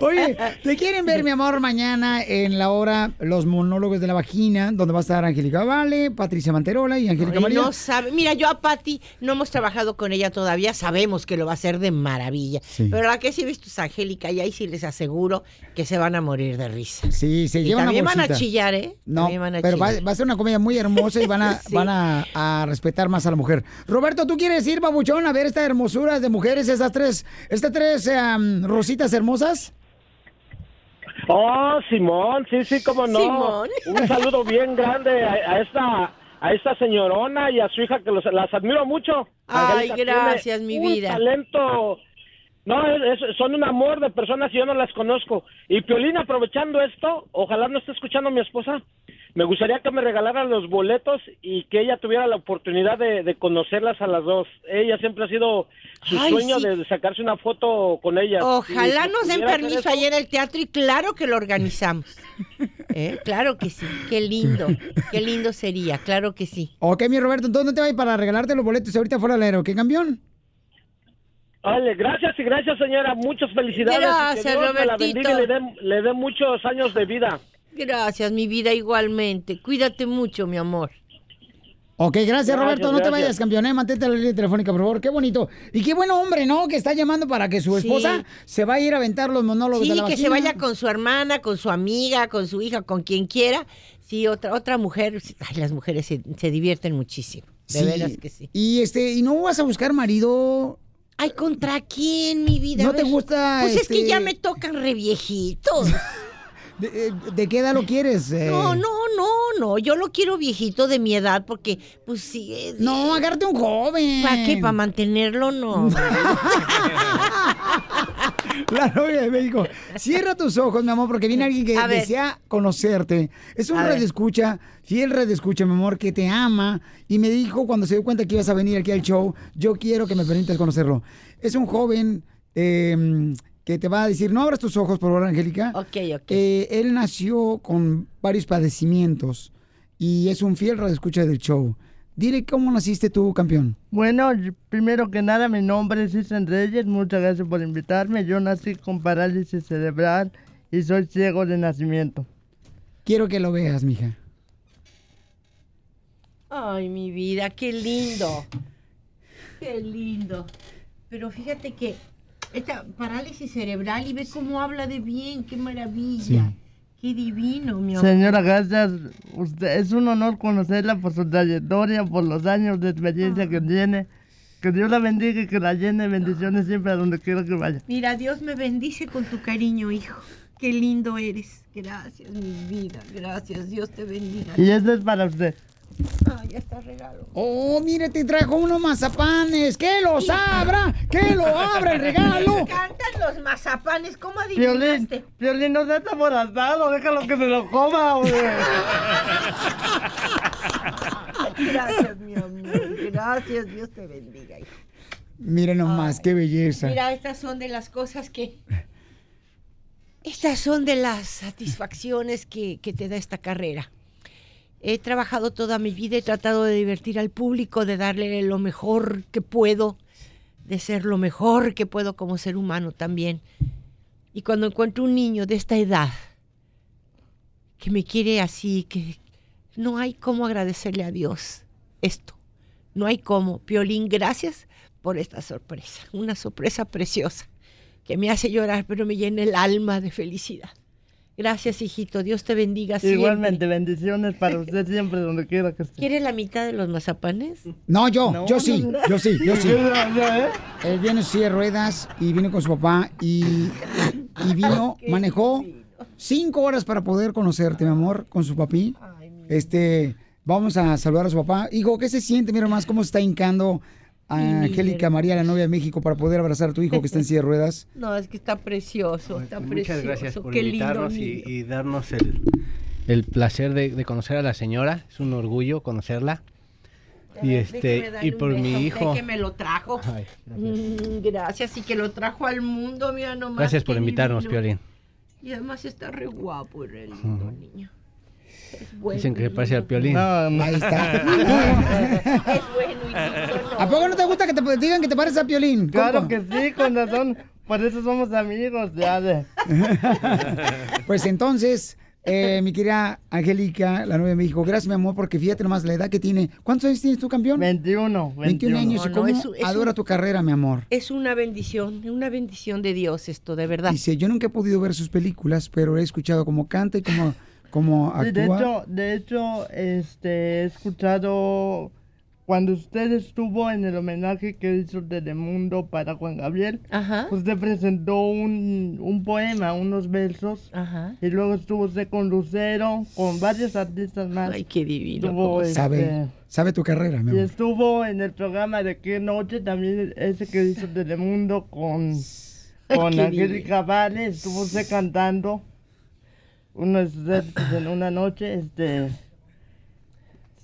S1: Oye, te quieren ver, mi amor, mañana en la hora Los Monólogos de la Vagina, donde va a estar Angélica Vale, Patricia Manterola y Angélica
S16: Ay,
S1: María.
S16: no sabe. Mira, yo a Patti no hemos trabajado con ella todavía, sabemos que lo va a hacer de maravilla.
S1: Sí.
S16: Pero la que sí ves tus Angélica y ahí sí les aseguro que se van a morir de risa.
S1: Sí, se
S16: Y
S1: llevan
S16: también
S1: una
S16: van a
S1: bolsita.
S16: chillar, ¿eh?
S1: No,
S16: También van a
S1: pero va,
S16: chillar.
S1: va a ser una comedia muy hermosa y van
S16: (laughs)
S1: a, van a, a respetar más a la mujer. Roberto, ¿tú quieres ir, babuchón, a ver estas hermosuras de mujeres, estas tres, estas tres em, rositas hermosas?
S27: Oh, Simón, sí, sí, cómo no.
S28: Simón.
S27: Un saludo bien grande a, a esta a esta señorona y a su hija que los, las admiro mucho.
S16: Ay,
S27: Angélica
S16: gracias,
S27: tiene
S16: mi
S27: un
S16: vida.
S27: talento. No, es- es- son un amor de personas y yo no las conozco. Y Piolín, aprovechando esto, ojalá no esté escuchando a mi esposa. Me gustaría que me regalaran los boletos y que ella tuviera la oportunidad de, de conocerlas a las dos. Ella siempre ha sido su
S16: Ay,
S27: sueño
S16: sí.
S27: de sacarse una foto con ellas.
S16: Ojalá
S27: Y si
S16: nos den
S27: pudiera hacer
S16: permiso
S27: eso-
S16: ayer en el teatro y claro que
S1: (laughs)
S16: lo organizamos. ¿Eh? Claro que sí. Qué lindo. Qué lindo sería. Claro que sí.
S1: Ok, mi Roberto, entonces no te vayas para regalarte los boletos ahorita fuera del aero, ¿qué campeón?
S27: Vale, gracias y gracias, señora. Muchas felicidades.
S16: Gracias,
S27: Y que Dios me la
S16: Robertito.
S27: bendiga y le dé le dé muchos años de vida.
S16: Gracias, mi vida igualmente. Cuídate mucho, mi amor.
S1: Ok, gracias,
S16: Gracias,
S1: Roberto. No te
S16: gracias.
S1: vayas, campeón. ¿eh? Mantente a la línea telefónica, por favor. Qué bonito. Y qué buen hombre, ¿no? Que está llamando para que su
S16: Sí.
S1: esposa se vaya a ir a aventar los monólogos
S16: Sí,
S1: de
S16: que
S1: la
S16: se
S1: vagina.
S16: vaya con su hermana, con su amiga, con su hija, con quien quiera. Sí, otra, otra mujer. Ay, las mujeres se, se divierten muchísimo. De
S1: Sí.
S16: veras que sí.
S1: Y este, ¿y no vas a buscar marido?
S16: Ay, ¿contra quién, mi vida?
S1: ¿No
S16: A
S1: te
S16: ver.
S1: gusta,
S16: Pues es que
S1: este-
S16: ya me tocan re viejitos.
S1: ¿De, eh, de qué edad lo quieres? eh?
S16: No, no, no, no. Yo lo quiero viejito de mi edad porque, pues sí.
S1: No, agárrate un joven.
S16: ¿Para qué? ¿Para mantenerlo? No.
S1: La novia de México. Cierra tus ojos, mi amor, porque viene alguien que
S16: A ver.
S1: desea conocerte. Es un
S16: A ver.
S1: red escucha, fiel red escucha, mi amor, que te ama. Y me dijo cuando se dio cuenta que ibas a venir aquí al show, yo quiero que me permitas conocerlo. Es un joven eh, que te va a decir, no abras tus ojos, por favor, Angélica.
S16: Ok, ok.
S1: Eh, él nació con varios padecimientos y es un fiel red escucha del show. Dile cómo naciste tú, campeón.
S29: Bueno, y- primero que nada, mi nombre es Isen Reyes, muchas gracias por invitarme. Yo nací con parálisis cerebral y soy ciego de nacimiento.
S1: Quiero que lo veas, mija.
S16: Ay, mi vida, qué lindo. Qué lindo. Pero fíjate que esta parálisis cerebral y ve cómo habla de bien, qué maravilla. Qué divino, mi amor.
S29: Señora, gracias. Usted, es un honor conocerla por su trayectoria, por los años de experiencia que tiene. Que Dios la bendiga y que la llene de bendiciones siempre a donde quiera que vaya.
S16: Mira, Dios me bendice con tu cariño, hijo. Qué lindo eres. Gracias, mi vida. Gracias. Dios te bendiga.
S29: Y este es para usted.
S16: Ay, hasta regalo.
S1: Oh, mire, te trajo unos mazapanes. ¡Que los abra! ¡Que lo abra el
S16: Me (laughs)
S1: regalo!
S16: encantan los mazapanes. ¿Cómo
S29: Violín,
S16: adivinaste?
S29: Violín, no seas aborazado, déjalo que se lo coma, hombre.
S16: Ah, Gracias, mi amor. Gracias. Dios te bendiga, hijo.
S1: Mire nomás, qué belleza.
S16: Mira, estas son de las cosas que... Estas son de las satisfacciones que, que te da esta carrera. He trabajado toda mi vida, he tratado de divertir al público, de darle lo mejor que puedo, de ser lo mejor que puedo como ser humano también. Y cuando encuentro un niño de esta edad que me quiere así, que no hay cómo agradecerle a Dios esto. No hay cómo. Piolín, gracias por esta sorpresa. Una sorpresa preciosa que me hace llorar, pero me llena el alma de felicidad. Gracias, hijito. Dios te bendiga siempre.
S29: Igualmente, bendiciones
S16: (laughs)
S29: para usted siempre donde quiera que esté.
S16: ¿Quieres la mitad de los mazapanes?
S1: No, yo,
S16: No,
S1: yo sí,
S16: no, no.
S1: yo sí, yo sí.
S29: Yo no, no, ¿eh?
S1: Él viene en silla de ruedas y vino con su papá y, y
S16: (laughs)
S1: vino, manejó cinco horas para poder conocerte, mi amor, con su papi. Este, vamos a saludar a su papá. Hijo, ¿qué se siente? Mira más cómo se está hincando a Angélica María, la novia de México, para poder abrazar a tu hijo que está en silla de
S16: (laughs)
S1: ruedas.
S16: No, es que está precioso, está precioso.
S15: pues, Muchas gracias por
S16: Qué lindo
S15: invitarnos y,
S16: niño.
S15: y darnos
S2: (laughs)
S15: el, el placer de, de conocer a la señora. Es un orgullo conocerla. Y
S16: Déjame
S15: este
S16: darle
S15: y
S16: un
S15: por
S16: beso a
S15: mi
S16: usted
S15: hijo.
S16: que me lo trajo.
S15: Ay,
S16: Mm, gracias y que lo trajo al mundo, mira nomás.
S15: Gracias por
S16: qué
S15: invitarnos,
S16: divino.
S15: Piolín.
S16: Y además está re guapo y re lindo,
S15: Ujú.
S16: niño. Es bueno.
S15: Dicen que
S16: y
S15: se parece al
S16: lindo.
S15: Piolín.
S1: Ahí (laughs)
S16: está.
S1: ¿A poco no te gusta que te digan que te pareces a Piolín?
S29: Claro
S1: compa?
S29: que sí, con razón. Por eso somos amigos, ya de.
S1: Pues entonces, eh, mi querida Angélica, la novia de México, gracias, mi amor, porque fíjate nomás la edad que tiene. ¿Cuántos años tienes tú, campeón?
S29: 21.
S1: 21, años. ¿Y
S16: No, no,
S1: cómo
S16: es un- es
S1: adora
S16: un-
S1: tu carrera, mi amor?
S16: Es una bendición, una bendición de Dios esto, de verdad.
S1: Dice, yo nunca he podido ver sus películas, pero he escuchado cómo canta y cómo, cómo
S29: Sí, de
S1: actúa.
S29: hecho, de hecho, este, he escuchado cuando usted estuvo en el homenaje que hizo Telemundo para Juan Gabriel, usted presentó un, un poema, unos versos, y luego estuvo usted con Lucero, con varios artistas más.
S16: Ay, qué divino.
S29: Estuvo, este,
S16: cómo-
S1: Sabe, sabe tu carrera, mi
S29: Y
S1: amor.
S29: estuvo en el programa de Qué Noche, también ese que hizo Telemundo con, con
S16: Qué
S29: Angélica Vale, estuvo usted cantando unos versos en una noche, este...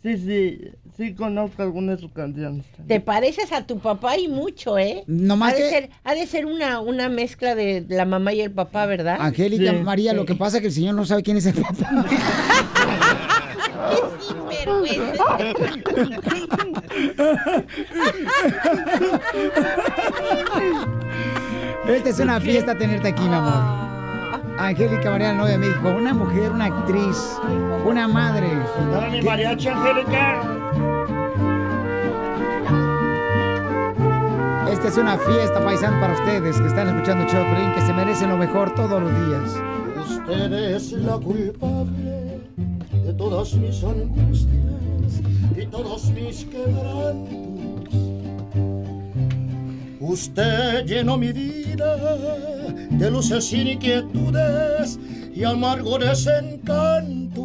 S29: Sí, sí, sí conozco algunas de sus canciones.
S16: Te pareces a tu papá y mucho, ¿eh?
S1: Nomás
S16: ha, de
S1: que-
S16: ser, ha de ser una, una mezcla de la mamá y el papá, ¿verdad?
S1: Angélica, María, lo que pasa es que el señor no sabe quién es el papá. Esta es una fiesta tenerte aquí, mi amor. Angélica María, la novia de México, una mujer, una actriz, una madre.
S6: Dale mi mariachi, Angélica.
S1: Esta es una fiesta paisana para ustedes que están escuchando Cheo Pelín, que se merecen lo mejor todos los días.
S6: Usted es la culpable de todas mis angustias y todos mis quebrantos. Usted llenó mi vida de luces sin inquietudes y amargo desencanto.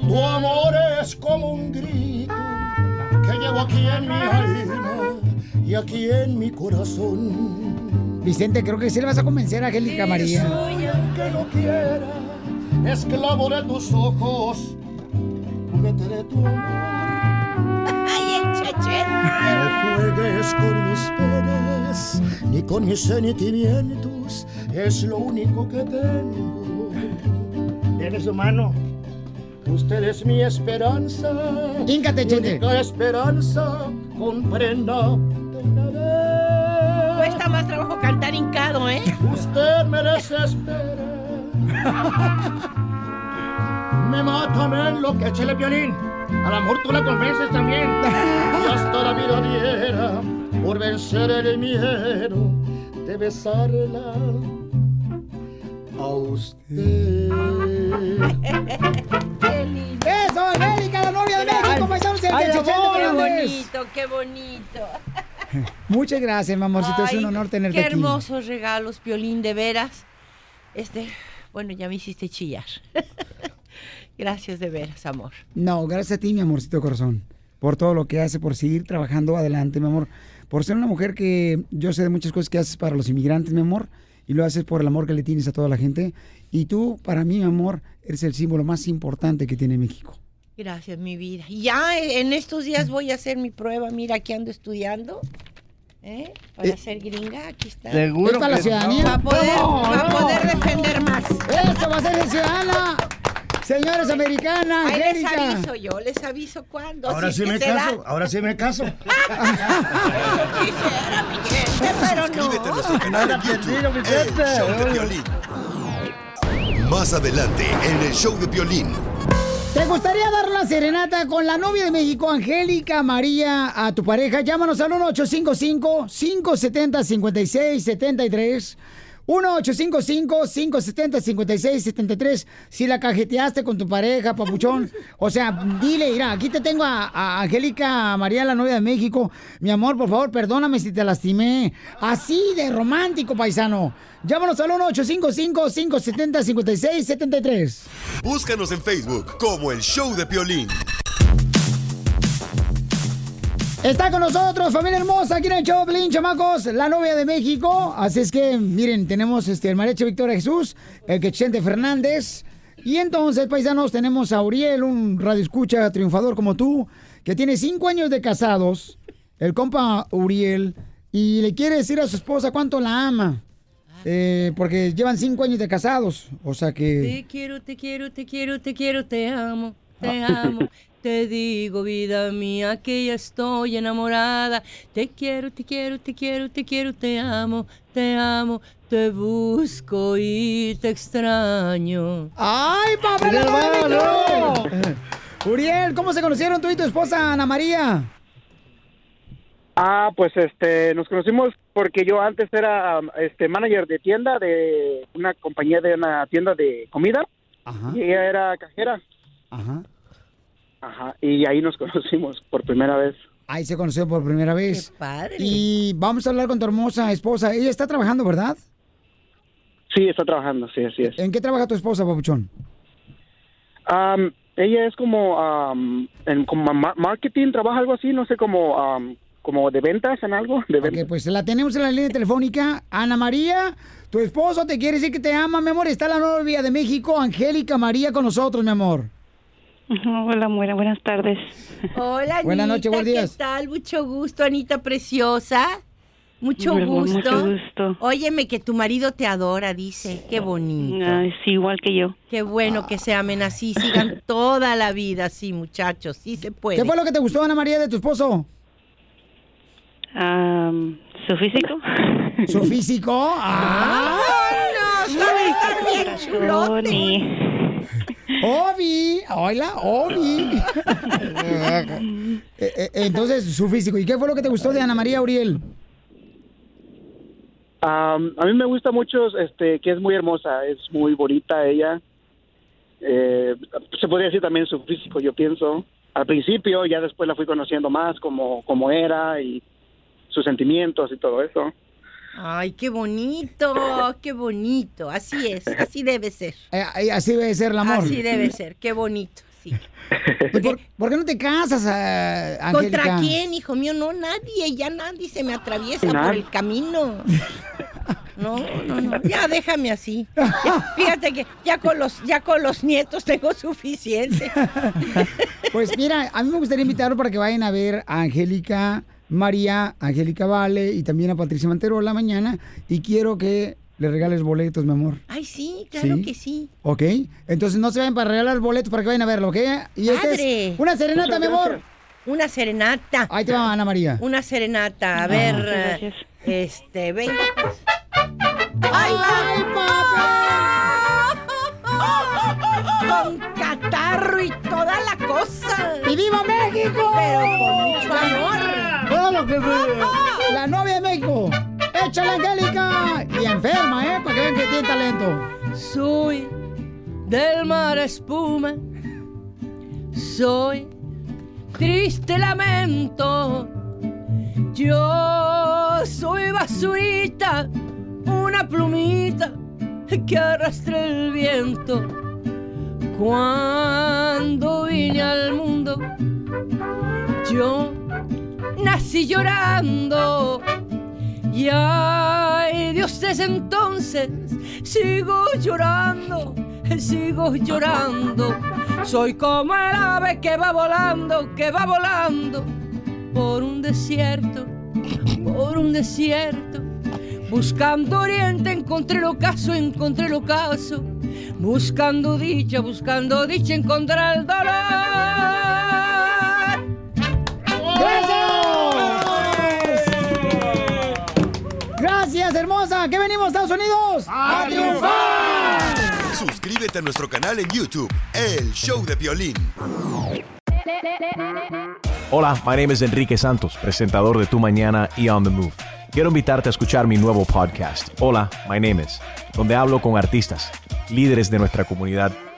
S6: Tu amor es como un grito que llevo aquí en mi alma y aquí en mi corazón.
S1: Vicente, creo que sí le vas a convencer a Angélica María.
S6: Soy el que no quiera, esclavo de tus ojos, juguete de tu amor.
S16: Ay, el
S6: No juegues con mis penas, ni con mis sentimientos, es lo único que tengo. Tiene su mano. Usted es mi esperanza.
S1: Híncate,
S6: mi
S1: Chente.
S6: única esperanza, comprenda.
S16: Cuesta más trabajo cantar hincado, ¿eh?
S6: Usted me desespera. Me matan en lo que échale violín. A lo mejor tú la convences también. Y hasta la vida diera por vencer el miedo de besarla a usted.
S1: ¡Eso, Angélica, la novia de México! ¡Paisanos el
S16: Ay,
S1: del Chente
S16: amor, qué
S1: Fernández!
S16: bonito, qué bonito.
S1: Muchas gracias, mi amorcito. es un
S16: Ay,
S1: honor tenerte
S16: Qué
S1: aquí.
S16: hermosos regalos, Piolín, de veras. Este, bueno, ya me hiciste chillar. (laughs) Gracias de veras, amor.
S1: No, gracias a ti, mi amorcito corazón, por todo lo que hace, por seguir trabajando adelante, mi amor. Por ser una mujer que yo sé de muchas cosas que haces para los inmigrantes, mi amor, y lo haces por el amor que le tienes a toda la gente. Y tú, para mí, mi amor, eres el símbolo más importante que tiene México.
S16: Gracias, mi vida. Y Ya eh, en estos días voy a hacer mi prueba. Mira, aquí ando estudiando. ¿eh? Para
S1: Eh,
S16: ser gringa, aquí está.
S1: ¿Seguro ¿Es para la que no? ciudadanía?
S16: Para poder,
S1: No,
S16: para
S1: no.
S16: poder defender más.
S1: ¡Eso va a ser de ciudadana! Señores americanas,
S16: Ahí les
S1: Angélica.
S16: aviso yo, les aviso cuándo.
S6: Ahora
S16: si
S6: sí
S16: es que
S6: me
S16: se da.
S6: caso, ahora sí me
S16: (laughs)
S1: (laughs)
S6: caso.
S16: Pero no.
S7: Suscríbete a nuestro canal en YouTube, El Show de Piolín. Más adelante en El Show de Piolín.
S1: ¿Te gustaría dar una serenata con la novia de México, Angélica María, a tu pareja? Llámanos al 1-855-570-5673. 1-855-570-5673. Si la cajeteaste con tu pareja, papuchón. O sea, dile, mira, aquí te tengo a, a Angélica María, la novia de México. Mi amor, por favor, perdóname si te lastimé. Así de romántico, paisano. Llámanos al 1-855-570-5673.
S7: Búscanos en Facebook como El Show de Piolín.
S1: Está con nosotros, familia hermosa, aquí en el show, Pelín, chamacos, la novia de México. Así es que, miren, tenemos este, el mariachi Victoria Jesús, el quechente Fernández. Y entonces, paisanos, tenemos a Uriel, un radioescucha triunfador como tú, que tiene cinco años de casados, el compa Uriel, y le quiere decir a su esposa cuánto la ama. eh, porque llevan cinco años de casados, o sea que...
S16: Te quiero, te quiero, te quiero, te quiero, te amo, te amo. Te digo, vida mía, que ya estoy enamorada. Te quiero, te quiero, te quiero, te quiero, te amo, te amo. Te busco y te extraño.
S1: ¡Ay, papá! la novia de México! ¡Oh! Uriel, ¿cómo se conocieron tú y tu esposa Ana María?
S4: Ah, pues este, nos conocimos porque yo antes era um, este manager de tienda de una compañía de una tienda de comida y ella era cajera.
S1: Ajá.
S4: Ajá, y ahí nos (laughs) conocimos por primera vez.
S1: Ahí se conoció por primera vez. Y vamos a hablar con tu hermosa esposa. Ella está trabajando, ¿verdad?
S4: Sí, está trabajando, sí, así es.
S1: ¿En qué trabaja tu esposa, papuchón?
S4: Um, ella es como um, en como ma- marketing, trabaja algo así, no sé, como um, como de ventas en algo, de ventas.
S1: Ok, pues la tenemos en la línea telefónica. Ana María, tu esposo te quiere decir que te ama, mi amor. Está la novia de México, Angélica María, con nosotros, mi amor.
S10: (laughs) Hola, Moira, buenas tardes.
S16: Hola,
S1: (laughs) Buenas noches,
S16: Anita,
S1: buenos días.
S16: ¿Qué tal? Mucho gusto, Anita preciosa. Mucho
S10: Bueno,
S16: gusto.
S10: mucho gusto.
S16: Óyeme, que tu marido te adora, dice. Qué bonito.
S10: Ay, sí, Ah, igual que yo.
S16: Qué bueno que se amen así,
S10: (laughs)
S16: sigan toda la vida así, muchachos. Sí se puede.
S1: ¿Qué fue lo que te gustó, Ana María, de tu esposo?
S10: Am, ¿Su físico?
S1: ¿Su físico?
S10: (laughs)
S16: ¡Ah! no! ¡Sabe estar bien chulote!
S1: ¡Obi! ¡Hola,
S16: (laughs)
S1: Obi! Eh, eh, Entonces, su físico. ¿Y qué fue lo que te gustó de Ana María Uriel?
S4: Um, a mí me gusta mucho, este, que es muy hermosa, es muy bonita ella. Eh, se podría decir también su físico, yo pienso. Al principio, ya después la fui conociendo más, como, como era y sus sentimientos y todo eso.
S16: Ay, qué bonito, qué bonito. Así es, así debe ser.
S1: Eh, eh, así debe ser el amor.
S16: Así debe ser, qué bonito.
S1: ¿Y por, por qué no te casas, eh, Angélica?
S16: ¿Contra quién, hijo mío? No, nadie, ya nadie se me atraviesa
S1: (laughs) Nad-
S16: por el camino. No, no, no. Ya déjame así. Fíjate que ya con los, ya con los nietos tengo suficiente.
S1: Pues mira, a mí me gustaría invitarlo para que vayan a ver a Angélica María, Angélica Vale y también a Patricia Mantero la mañana. Y quiero que le regales boletos, mi amor.
S16: Ay, sí, claro
S1: Sí.
S16: que sí.
S1: ¿Ok? Entonces no se vayan para regalar boletos para que vayan a verlo, ¿ok? Y esta
S16: Padre.
S1: es una serenata, mi amor.
S16: Una serenata.
S1: Ahí te va, Ana María.
S16: Una serenata. A
S1: Ah.
S16: ver,
S1: Muchas
S16: eh,
S1: gracias.
S16: este, venga. pues. ¡Ay,
S1: papá!
S16: Con catarro y toda la cosa.
S1: ¡Y viva México!
S16: Pero con mucho amor.
S1: Todo lo que La novia de México. ¡Échale, Angélica! Y enferma, ¿eh? Para que vean que tiene talento.
S8: Soy del mar espuma, soy triste lamento. Yo soy basurita, una plumita que arrastra el viento. Cuando vine al mundo, yo nací llorando. Y ay, Dios, desde entonces sigo llorando, sigo llorando. Soy como el ave que va volando, que va volando por un desierto, por un desierto. Buscando oriente encontré el ocaso, encontré el ocaso. Buscando dicha, buscando dicha, encontré el dolor.
S1: Gracias, hermosa. ¿Qué venimos, Estados Unidos? ¡A
S7: Suscríbete a nuestro canal en YouTube, El Show de Violín.
S17: Hola, my name is Enrique Santos, presentador de Tu Mañana y On the Move. Quiero invitarte a escuchar mi nuevo podcast, Hola, my name is, donde hablo con artistas, líderes de nuestra comunidad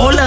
S20: Hola